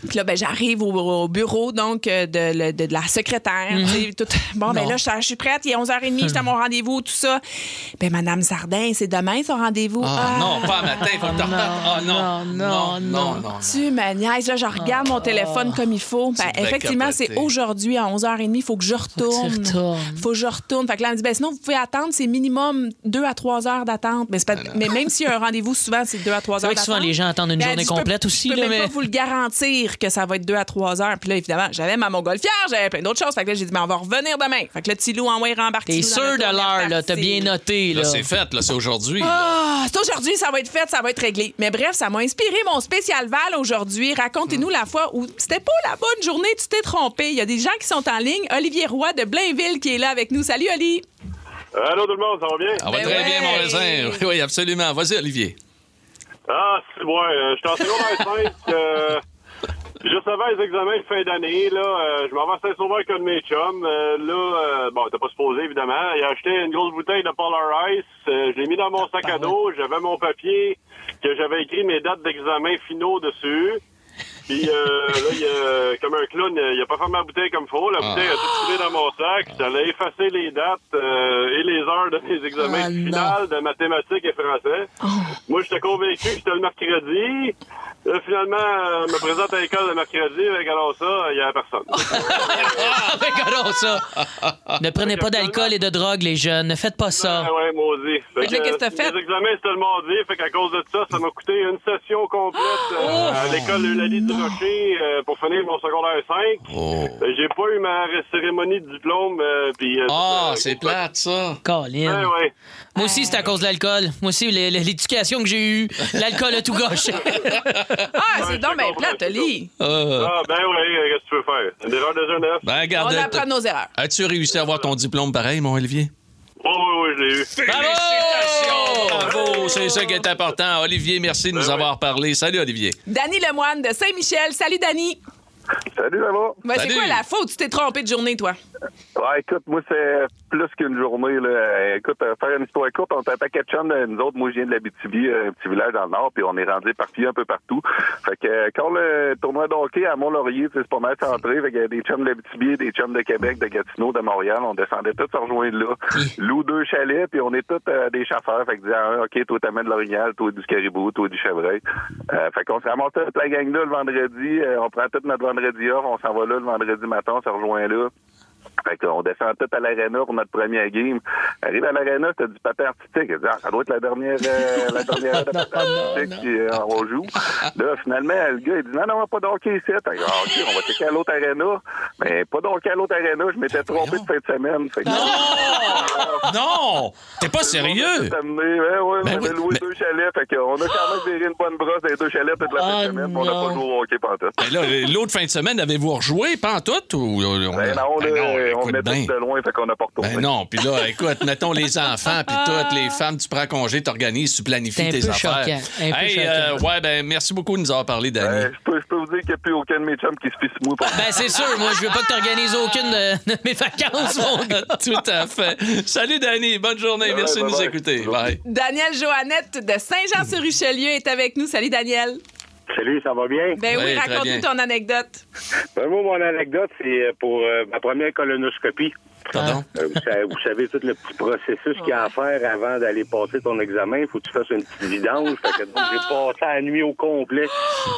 S4: Puis là, ben, j'arrive au, au bureau donc euh, de, le- de- de la secrétaire.
S5: Mhm.
S4: tu sais, tout- Bon, ben
S5: Non.
S4: là, je je suis prête. Il est 11h30, j'étais à mon rendez-vous, tout ça. Ben, Madame Sardin, c'est demain son rendez-vous.
S3: Ah,
S4: Ah,
S3: non, pas à matin, il faut que tu repartes. Ah non, non, non, non. Ah. non.
S4: Tu me niaises, là, je regarde mon téléphone comme il faut. Ben,
S3: devrais
S4: effectivement, c'est
S3: capoter.
S4: aujourd'hui à 11h30, il faut que je retourne.
S5: Faut que tu
S4: Faut que je retourne. Fait que là, on me dit, ben, sinon, vous pouvez attendre, c'est minimum 2 à 3 heures d'attente. Mais, c'est
S3: Ah,
S4: pas- mais même s'il y a un rendez-vous, souvent, c'est 2 à 3 heures
S5: C'est vrai
S4: d'attente.
S5: que souvent, les gens attendent une
S4: Ben,
S5: journée
S4: je peux-
S5: complète aussi,
S4: Je peux
S5: là,
S4: même
S5: mais-
S4: pas vous le garantir que ça va être 2 à 3 heures. Puis là, évidemment, j'avais ma montgolfière, j'avais plein d'autres choses. Fait que là, j'ai dit, ben, on va revenir demain. Fait que le petit loup en way rembarqué.
S5: T'es sûr de l'heure, là. T'as bien noté, là.
S3: Là, c'est fait, là, c'est aujourd'hui.
S4: Ah, c'est aujourd'hui, ça va être fait, ça va être réglé. Mais bref, ça m'a inspiré mon spécial Val aujourd'hui. Racontez-nous la fois où c'était pas la bonne journée, tu t'es trompé. Il y a des gens qui sont en ligne. Olivier Roy de Blainville qui est là avec nous. Salut, Oli.
S11: Allô tout le monde, ça va bien?
S3: Ah,
S4: ben
S3: va très bien, mon raisin. Oui, oui, absolument. Vas-y, Olivier.
S11: Ah, c'est moi. Euh, J'étais en secondaire 5. euh, juste avant les examens de fin d'année, là, euh, je m'en vais à Saint-Sauveur avec un de mes chums. Euh, là, euh, bon, t'as pas supposé, évidemment. Il a acheté une grosse bouteille de Polar Ice. Euh, je l'ai mis dans mon sac à dos. J'avais mon papier que j'avais écrit mes dates d'examen finaux dessus. Puis euh, là, il, a- comme un clown, il a pas fermé la bouteille comme faut.
S16: Ah.
S11: La bouteille a tout coulé dans mon sac. Ça a effacé les dates euh, et les heures de mes examens
S16: Ah, non.
S11: finales de mathématiques et français. Moi, j'étais convaincu que c'était le mercredi. Là, finalement, euh, je me présente à l'école le mercredi. Ben, alors ça, il n'y a personne.
S5: Ah, ben, gardons ça. ne prenez pas d'alcool et de drogue, les jeunes. Ne faites pas ça.
S3: Ben
S11: Ah ouais, maudit. euh,
S5: Fait que là, qu'est-ce que t'as fait?
S11: Les examens, c'était le mardi. Fait qu'à cause de ça, ça m'a coûté une session complète
S5: Oh!
S11: euh, à l'école
S5: Ah,
S11: Eulalie du Rocher euh, pour finir mon secondaire 5.
S5: Oh.
S11: Ben, J'ai pas eu ma cérémonie de diplôme. euh, puis, euh,
S3: Ah,
S11: euh,
S3: c'est plate, ça. Ben
S5: Colin.
S11: Ouais, ouais.
S5: Moi aussi, c'est à cause de l'alcool. Moi aussi, l- l- l'éducation que j'ai eue, l'alcool a tout gâché.
S4: Ah, c'est donc bien plate, Oli.
S11: Ah, ben oui, qu'est-ce que tu veux faire? Une erreur de jeunesse.
S3: Ben, regarde.
S4: On apprend nos erreurs.
S3: As-tu réussi à avoir ton diplôme pareil, mon Olivier?
S11: Oh, oui, oui, je l'ai eu.
S3: Félicitations! Oh, Bravo! C'est ça qui est important. Olivier, merci de nous avoir parlé. Salut, Olivier.
S4: Danny Lemoine de Saint-Michel. Salut, Danny.
S16: Salut, là-bas.
S4: Ben, c'est quoi la faute? Tu t'es trompé de journée, toi?
S16: Ouais, écoute, moi, c'est plus qu'une journée. Là. Écoute, euh, faire une histoire courte, on était à Ketchum, euh, nous autres, moi, je viens de l'Abitibi, euh, un petit village dans le nord, puis on est rendu éparpillés un peu partout. Fait que euh, quand le tournoi d'hockey à Mont-Laurier, tu sais, c'est pas mal centré, fait qu'il y a des chums de l'Abitibi, des chums de Québec, de Gatineau, de Montréal, on descendait tous se rejoindre là. Loue deux chalets, puis on est tous euh, des chasseurs, fait que disant, ah, OK, toi, t'amènes de l'orignal, toi, du caribou, toi, du chevreuil. Euh, fait qu'on se ramasse toute la gang là le vendredi, euh, on prend toute notre vendredi off, on s'en va là le vendredi matin, on se rejoint là. Fait qu'on descend tout à l'aréna pour notre première game. Arrive à l'aréna, t'as du patin artistique. Je dis, Ah, ça doit être la dernière, euh, la dernière heure de patin artistique, puis euh, on joue. Là, finalement, le gars, il dit, non, non, pas d'hockey ici. Fait que, Ah, OK, on va checker à l'autre aréna. Mais pas d'hockey à l'autre aréna, je m'étais
S3: Ben,
S16: trompé de fin de semaine. Fait que-
S3: Non! Ben T'es pas sérieux?
S16: T'as amené, ouais, ouais, on avait loué deux chalets. Fait qu'on a quand même viré une bonne brosse dans les deux chalets toute la
S3: Ah,
S16: fin de semaine, mais on n'a pas joué au hockey pantoute.
S3: Ben là, l'autre fin de semaine, avez-vous rejoué, pantoute? Ou, on,
S16: Ben non, là, on
S3: écoute
S16: venait
S3: bien.
S16: tous de loin, fait qu'on n'a pas retourné.
S3: Ben non, puis là, écoute, mettons les enfants, puis toutes les femmes, tu prends congé, t'organises, tu planifies
S16: C'est un
S3: tes
S16: peu
S3: affaires.
S16: choquant, un peu
S3: Hey, euh, ouais, ben merci beaucoup de nous avoir parlé, Danny.
S16: Ben, Je peux, je peux vous dire qu'il n'y a plus aucun de mes chums qui se fisse mou.
S5: Ben, c'est sûr. Moi, je veux pas que t'organises aucune de, de mes vacances, mon gars.
S3: Tout à fait. Salut, Danny. Bonne journée. Merci de nous écouter. Bye.
S4: Daniel Joannette de Saint-Jean-sur-Richelieu est avec nous. Salut, Daniel.
S17: Salut, ça va bien?
S4: Ben oui, raconte-nous ton anecdote.
S17: Ben, moi, mon anecdote, c'est euh, pour euh, ma première colonoscopie.
S3: Pardon?
S17: Euh, vous, savez, vous savez tout le petit processus qu'il y a à faire avant d'aller passer ton examen. Il faut que tu fasses une petite vidange. Fait que donc, j'ai passé la nuit au complet.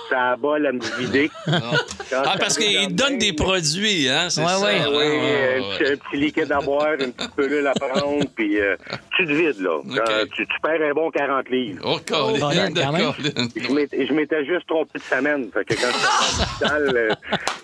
S17: Ça abat la me vider.
S3: Ah, parce qu'ils donnent des produits, hein, c'est ça?
S17: Oui,
S3: Ouais, ouais,
S17: un, petit, un petit liquide à boire, une petite pelule à prendre, puis euh, tu te vides, là. Euh, tu, tu perds un bon 40 livres.
S3: Oh, Colin, Oh, Colin, quand même. Colin.
S17: Je m'étais- je m'étais juste trompé de semaine. Fait que quand je suis allé à l'hôpital, euh,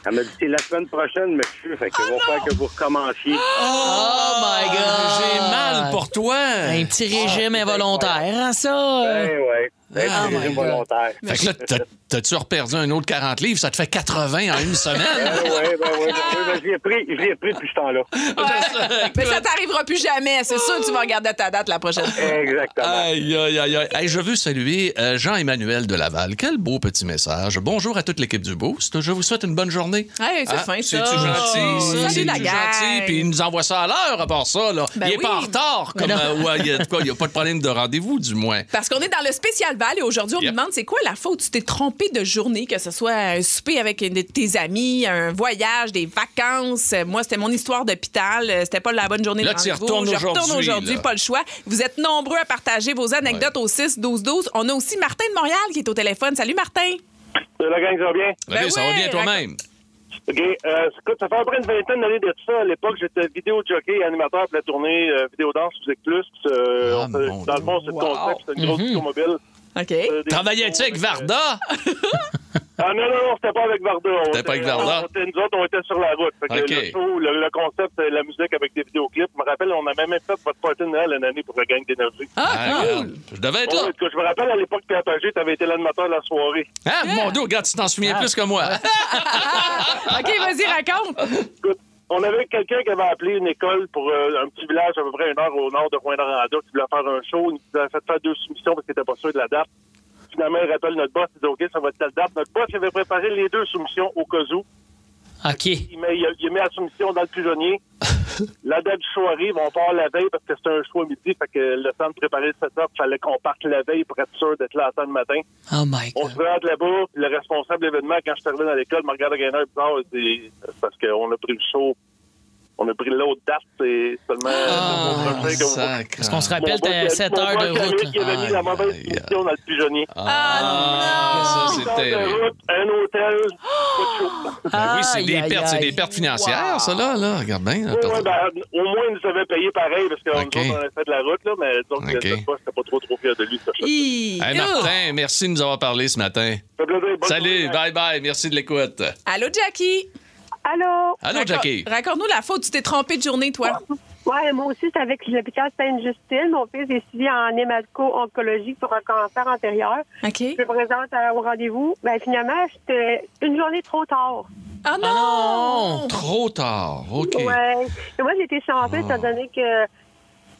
S17: elle m'a dit, c'est la semaine prochaine, monsieur.
S3: Ah,
S17: Fait que va falloir que vous recommenciez. Ah,
S5: Oh my God!
S17: J'ai mal
S3: pour toi!
S5: Un petit régime involontaire, hein, ça?
S17: ouais.
S5: Ben, Ah,
S16: Oh
S5: c'est my God. volontaire.
S3: Fait que là, t'as- t'as-tu reperdu un autre 40 livres? Ça te fait 80 en une semaine?
S17: Ben ouais, ben ouais, ben ouais, ben je l'ai pris, je l'ai pris depuis ce temps-là.
S3: Ah,
S4: Mais ça t'arrivera plus jamais. C'est sûr que tu vas regarder ta date la prochaine fois.
S17: Exactement.
S3: Aïe, aïe, aïe, aïe. Hey, je veux saluer euh, Jean-Emmanuel de Laval. Quel beau petit message. Bonjour à toute l'équipe du Boost. Je vous souhaite une bonne journée.
S4: Hey, c'est
S3: Ah,
S4: fin, ça.
S3: C'est-tu gentil,
S4: Salut,
S3: ça? C'est-tu
S4: la gang.
S3: gentil? Puis il nous envoie ça à l'heure, à part ça. Là.
S4: Ben
S3: il est
S4: oui.
S3: pas en retard. Comme,
S4: Mais non.
S3: euh, ouais, il y a de quoi, il n'y a pas de problème de rendez-vous, du moins.
S4: Parce qu'on est dans le spécial Val et aujourd'hui, on nous demande c'est quoi la faute? Tu t'es trompé de journée, que ce soit un souper avec une de tes amis, un voyage, des vacances. Moi, c'était mon histoire d'hôpital. Euh, C'était pas la bonne journée
S3: Là,
S4: de
S3: tu y
S4: rendez-vous.
S3: retournes
S4: Je retourne
S3: aujourd'hui,
S4: aujourd'hui,
S3: là.
S4: pas le choix. Vous êtes nombreux à partager vos anecdotes au 6-12-12. On a aussi Martin de Montréal qui est au téléphone. Salut, Martin.
S8: Euh, La gang, ça va bien?
S3: Salut, ça va bien toi-même?
S8: OK. Euh, écoute, ça fait à peu près une vingtaine d'années de tout ça. À l'époque, j'étais vidéo jockey, animateur pour la tournée euh, vidéo danse, musique plus. Euh,
S3: Ah,
S8: on faisait- dans le fond, c'est le concept, c'était une grosse Euh,
S3: Mhm.
S8: vidéo mobile.
S4: OK.
S3: Travaillais-tu avec Varda?
S8: Ah non, non, non, c'était pas avec Varda. On
S3: C'était pas avec Varda?
S8: on était- nous autres, on était sur la route. Fait que
S3: OK.
S8: le, show, le, le concept, c'est la musique avec des vidéoclips. Je me rappelle, on a même fait votre party de Noël une année pour la gang d'énergie.
S3: Ah, regarde, Je devais être là.
S8: Ouais, écoute, je me rappelle, à l'époque, Pierre Pagé, t'avais été l'animateur de la soirée.
S3: Hein, Mon Dieu, regarde, tu t'en
S4: Ah.
S3: souviens plus que moi.
S4: OK, vas-y, raconte.
S8: On avait quelqu'un qui avait appelé une école pour euh, un petit village à peu près une heure au nord de Rouyn-Noranda qui voulait faire un show. Il nous avait fait faire deux soumissions parce qu'il était pas sûr de la date. Finalement, il rappelle notre boss, il dit « OK, ça va être telle date ». Notre boss il avait préparé les deux soumissions au cas où.
S5: OK.
S8: Il met, il, il met la soumission dans le pigeonnier. la date du show arrive, on part la veille parce que c'était un show à midi, fait que le temps de préparer le setup, il fallait qu'on parte la veille pour être sûr d'être là à temps le matin.
S5: Oh my
S8: On se rentre là-bas, puis le responsable de l'événement, quand je suis arrivé dans l'école, me regarde avec un air bizarre, il dit, Ah, C'est parce qu'on a pris le show, on a pris l'autre date, c'est seulement le mois prochain que vous-
S3: sacre.
S5: Oh Parce qu'on se
S8: Mon
S5: rappelle,
S8: boss,
S5: t'as
S8: il-
S5: 7
S8: mon
S5: heures
S8: boss, il
S5: de
S8: avait-
S5: route.
S8: Il avait mis la mauvaise position dans le pigeonnier.
S3: Ah, ça, c'est
S8: Une heure
S3: terrible.
S8: de route, un hôtel, pas de show.
S3: Ben oui, c'est des pertes, c'est des pertes financières, ça, là, là. Regarde bien. là,
S8: Ouais,
S3: t'as-
S8: ouais, ben, au moins, ils nous avaient payé pareil parce qu'on
S3: Ok.
S8: on avait fait de la route, là, mais donc,
S3: Ok.
S8: cette fois, c'était pas trop, trop fier de lui. Ça, ça.
S3: Hey, Martin, merci de nous avoir parlé ce matin. Salut, bye bye, merci de l'écoute.
S4: Allô, Jackie.
S13: Allô?
S3: Allô, Jackie.
S4: Raconte-nous la faute. Tu t'es trompé de journée, toi.
S13: Ouais, moi aussi, c'est avec l'hôpital Sainte-Justine. Mon fils est suivi en hématco-oncologie pour un cancer antérieur.
S4: OK.
S13: Je me présente euh, au rendez-vous. Ben, finalement, j'étais une journée trop tard.
S4: Ah non! Oh.
S3: Trop tard, OK.
S13: Ouais. Et moi, j'étais chanceuse, étant donné que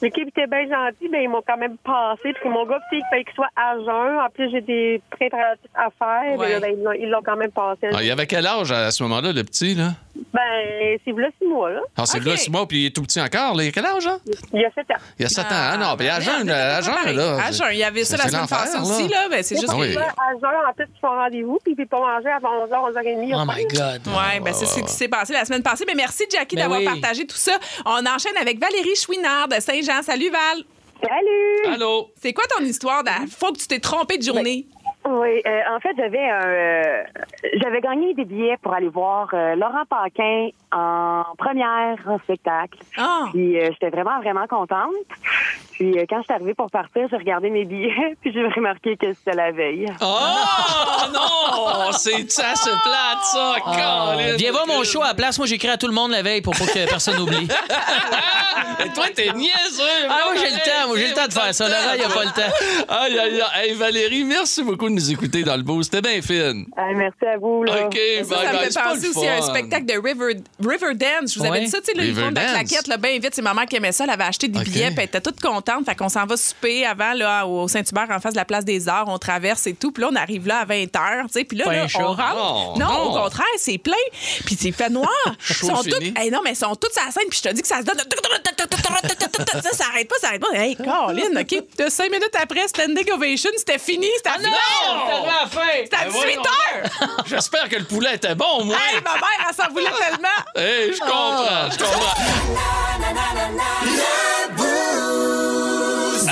S13: l'équipe était bien gentille, ben, ils m'ont quand même passé. Puis mon gars, il fallait qu'il soit à jeun. En plus, j'ai des préparatifs à faire.
S4: Ouais.
S13: Et là, ben, ils l'ont- ils l'ont quand même passé.
S3: Ah, il avait quel âge à ce moment-là, le petit, là?
S13: Ben, c'est là six mois, là.
S3: Ah, c'est là six mois, puis il est tout petit encore. Là. Il a quel âge, hein?
S13: Il y a sept ans.
S3: Il a 7 ans. Ah non, puis
S13: ben,
S3: à jeun, à jeun,
S13: pareil.
S3: là.
S13: À jeun, il y avait ça la
S3: c'est
S13: semaine
S3: l'enfer,
S13: passée aussi,
S4: là, ben, c'est
S13: Moi,
S4: juste
S3: Ah
S13: parce
S3: oui.
S13: que là, À jeun, en plus, ils font rendez-vous, puis ils peuvent pas manger avant 11h, 11h30. ils ont pas-
S4: Ouais, ben c'est ce qui s'est passé la semaine passée. Mais merci, Jackie,
S13: Ben
S4: d'avoir
S13: oui.
S4: partagé tout ça. On enchaîne avec Valérie Chouinard de Saint-Jean. Salut, Val.
S13: Salut.
S3: Allô.
S4: C'est quoi ton histoire? Il faut que tu t'es trompé de journée.
S18: Oui, euh, en fait, j'avais un, euh, j'avais gagné des billets pour aller voir euh, Laurent Paquin en première en spectacle.
S13: Ah!
S18: Puis euh, j'étais vraiment vraiment contente. Puis euh, quand je suis arrivée pour partir, j'ai regardé mes billets, puis j'ai remarqué que c'était la veille.
S3: Oh non! C'est ça, c'est plate, ça!
S5: Ah,
S3: Colin.
S5: viens voir mon show à la place. Moi, j'écris à tout le monde la veille pour pas que personne n'oublie.
S3: Et toi, t'es niaiseux!
S5: Ah, moi, j'ai le temps. Moi, j'ai le temps de faire ça. Laurent, il a pas le temps.
S3: Aïe, aïe, aïe. Hey, Valérie, merci beaucoup de nous écouter dans le beau. C'était bien fine.
S18: Ah, merci à vous. Là.
S3: OK,
S4: Ça, ça
S3: bye
S4: me
S3: bye.
S4: fait
S3: C'est pas
S4: penser
S3: le
S4: aussi à un
S3: fun.
S4: spectacle de River, Riverdance. Je vous avais
S3: Ouais.
S4: dit ça, tu sais, là, ils font de la
S3: Riverdance.
S4: claquette, là, bien vite. C'est maman qui aimait ça. Elle avait acheté des billets, puis elle était toute contente. contente. Fait qu'on s'en va souper avant là, au Saint-Hubert en face de la place des Arts. On traverse et tout. Puis là, on arrive là à 20 h. tu sais. Puis là,
S5: Pas
S4: là,
S5: un chat.
S4: on rentre.
S5: Non,
S3: Oh,
S4: Non,
S5: non.
S4: au contraire, c'est plein. Puis c'est fait noir. Ils
S5: Chaud
S4: sont
S5: fini.
S4: toutes- Hey, non, mais ils sont toutes sur la scène. Puis je te dis que ça se donne. Ça, ça arrête pas, ça arrête pas. Hey, Colin, OK. De cinq minutes après, standing ovation, c'était fini. C'était à
S5: non!
S4: C'était à
S3: Ah Ben
S4: 18
S3: voyons
S4: h.
S3: J'espère que le poulet était bon, moi.
S4: Hey, ma mère,
S5: Ah,
S4: elle s'en voulait tellement.
S3: Hey, je comprends, je comprends.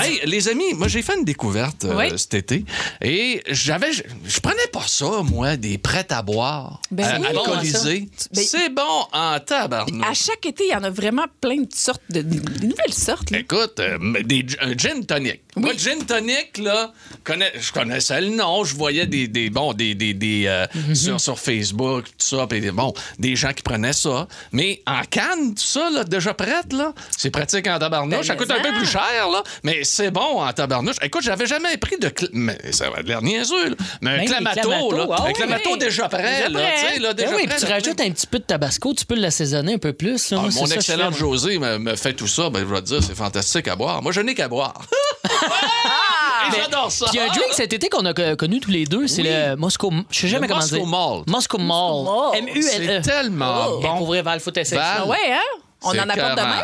S3: Hey, les amis, moi j'ai fait une découverte euh,
S4: Oui.
S3: cet été et j'avais, je, je prenais pas ça moi des prêts à boire,
S4: Ben
S3: euh,
S4: oui.
S3: alcoolisés.
S4: Bon, ça. Ben-
S3: C'est bon en tabarnouche.
S4: À chaque été, il y en a vraiment plein de sortes, de, de nouvelles sortes. là.
S3: Écoute, euh, mais des, un gin tonic. Moi, gin tonic, là, connais, je connaissais le nom, je voyais des, des bon, des, des, des, euh,
S5: Mm-hmm.
S3: sur, sur Facebook, tout ça, puis des- bon, des gens qui prenaient ça. Mais en canne, tout ça, là, déjà prête, là, c'est pratique en tabarnouche.
S9: Ben,
S3: ça coûte
S9: mais
S3: un peu
S9: ça.
S3: plus cher, là, mais c'est bon en tabarnouche. Écoute, j'avais jamais pris de... cl- Mais ça va l'air niaiseux, là, mais un
S5: Ben,
S3: clamato, là.
S5: les clamato, ah
S3: un
S5: oui,
S3: clamato
S5: oui.
S3: déjà prêt,
S5: Déjà
S3: là,
S5: prêt.
S3: tu sais, là, déjà
S5: Ben oui,
S3: prêt.
S5: puis
S3: ça
S5: tu rajoutes un petit peu de tabasco, tu peux l'assaisonner un peu plus. là.
S3: ah,
S5: Moi, c'est
S3: mon
S5: ça que je fais,
S3: excellent
S5: moi.
S3: José me, me fait tout ça, ben, je vais te dire, c'est fantastique à boire. Moi, je n'ai qu'à boire.
S5: Ah,
S3: Et Ah, J'adore ça.
S5: Puis il y a un drink cet été qu'on a co- connu tous les deux, c'est
S3: Oui.
S5: le Moscow. Je sais jamais
S3: Le
S5: comment
S3: Moscow
S5: dire.
S3: Malt.
S5: Moscow Malt.
S3: Malt.
S5: M U L E.
S3: C'est tellement
S5: Et
S3: bon.
S5: Pour vrai, Val, faut essayer.
S3: Val,
S5: ça.
S4: Ah ouais, hein? On en
S3: C'est
S4: apporte
S3: écœurant.
S4: demain?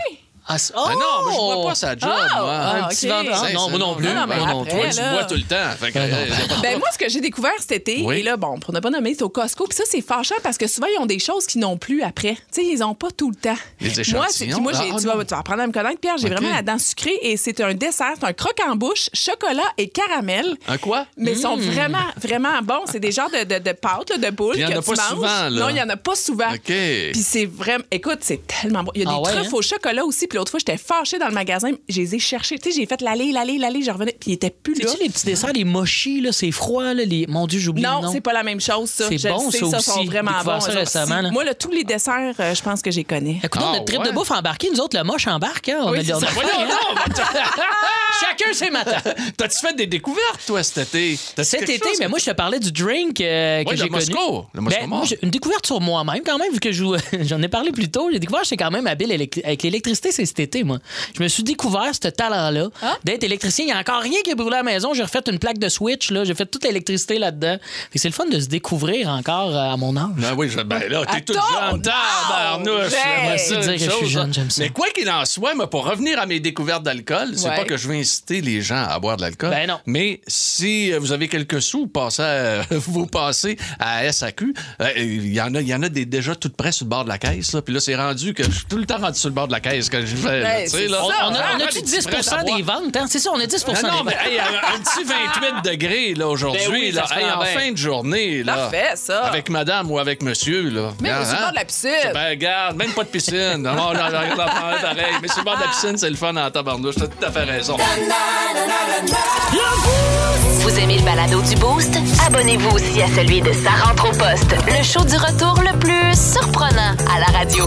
S5: Ah, c'est-
S3: Ah non, moi, je bois
S5: Oh!
S3: pas ça job,
S5: Ah,
S3: moi.
S5: Un petit
S4: ok.
S5: vendeur.
S3: C'est-
S5: Non,
S3: c'est-
S5: moi non plus.
S4: non, mais
S5: Moi non
S4: après,
S5: plus.
S3: Toi, tu
S4: là.
S3: bois tout le temps. Fait que, euh, y a pas de-
S4: Ben moi, ce que j'ai découvert cet été,
S3: Oui.
S4: et là, bon, pour ne pas nommer, c'est au Costco. Puis ça, c'est fâchant parce que souvent, ils ont des choses qu'ils n'ont plus après. Tu sais, ils ont pas tout le temps.
S3: Les
S4: Moi, c'est- puis
S3: échantillons,
S4: moi,
S3: là.
S4: j'ai-
S3: Ah,
S4: tu, vas,
S3: non.
S4: tu vas apprendre à me connaître, Pierre. J'ai
S3: Ok.
S4: vraiment la dent sucrée et c'est un dessert, c'est un croque en bouche, chocolat et caramel.
S3: Un quoi?
S4: Mais ils sont
S5: Hmm.
S3: Mm.
S4: vraiment, vraiment bons. C'est des genres de, de, de pâtes, là, de boules
S3: Puis il y en
S4: que
S3: a
S4: tu
S3: pas
S4: manges.
S3: souvent, là.
S4: Non, il y en a pas souvent.
S3: OK.
S4: Puis c'est vraiment. Écoute, c'est tellement bon. Il y a
S5: Ah
S4: des
S5: ouais,
S4: truffes
S5: hein?
S4: au chocolat aussi. Puis l'autre fois, j'étais fâchée dans le magasin. Je les ai cherchées. Tu sais, j'ai fait l'aller, l'aller, l'aller. Je revenais. Puis ils étaient plus là.
S5: C'est-tu les petits desserts, les mochis, là, c'est froid, là, les... Mon Dieu, j'oublie
S4: Non,
S5: le nom.
S4: c'est pas la même chose, ça.
S5: C'est
S4: Je le
S5: bon,
S4: sais,
S5: ça
S4: ça,
S5: aussi.
S4: sont vraiment
S5: Découvert
S4: bons.
S5: ça
S4: eux autres.
S5: récemment,
S4: Si-
S5: là.
S4: Moi, là, tous les desserts, euh, je pense que j'ai connais.
S5: Écoutez,
S3: Ah,
S5: notre trip de bouffe embarqué, nous autres, le moche embarque. Hein? On
S4: Oui,
S5: a
S4: c'est
S5: on a-
S4: ça.
S3: Voyons donc!
S5: Chacun ses matins.
S3: T'as-tu fait des découvertes, toi, cet été? T'as-tu
S5: Cet
S3: quelque
S5: été,
S3: chose
S5: mais
S3: que-
S5: moi, je te parlais du drink euh, que
S3: Oui, le
S5: j'ai connu.
S3: Moscow, le Moscow
S5: Ben,
S3: mort.
S5: moi, j'ai une découverte sur moi-même, quand même, vu que je joue- j'en ai parlé plus tôt. J'ai découvert que j'étais quand même habile élect- avec l'électricité, c'est cet été, moi. Je me suis découvert ce talent-là d'être électricien. Il n'y a encore rien qui est brûlé à la maison. J'ai refait une plaque de switch, là. J'ai fait toute l'électricité là-dedans. Fait que C'est le fun de se découvrir encore euh, à mon âge.
S3: Ben oui, je- ben là, t'es
S5: Attends, Ah,
S3: toute jeune, tabarnouche! là,
S5: Hey!
S3: moi, c'est
S5: Merci de dire
S3: une
S5: que je suis
S3: chose,
S5: jeune,
S3: hein.
S5: j'aime ça.
S3: Mais quoi qu'il en soit, moi, pour revenir à mes découvertes d'alcool, c'est
S5: Ouais.
S3: pas que je veux inciter les gens à boire de l'alcool.
S5: Ben non.
S3: Mais si euh, vous avez quelques sous, passez à- vous passez à SAQ. Euh, Il y en a, il y en a des déjà tout près sur le bord de la caisse. Là. Puis là, c'est rendu que je suis tout le temps rendu sur le bord de la caisse quand je vais. là,
S5: Ben,
S3: Ah, tu sais,
S5: c'est
S3: là.
S5: ça. On, on a, on a-tu
S3: des
S5: 10
S3: petits prêts à boire?
S5: des ventes? hein? C'est ça, on a 10
S3: Non, non,
S5: des
S3: mais
S5: ventes.
S3: hey, un, un petit 28 degrés là, aujourd'hui,
S5: Ben oui, ça
S3: là,
S5: se
S3: hey,
S5: prend
S3: en
S5: bien.
S3: fin de journée. Là,
S4: Parfait, ça.
S3: Avec madame ou avec monsieur. Là.
S4: Mais
S3: Regarde,
S4: c'est
S3: hein?
S4: pas de la piscine.
S3: Ben, regarde, même pas de piscine. Non, non, non, non, non, non, pareil. Mais sur le bord de la piscine, c'est le fun en tabarnouche. T'as tout à fait raison.
S1: Vous aimez le balado du Boost? Abonnez-vous aussi à celui de Sa rentre au poste, le show du retour le plus surprenant à la radio.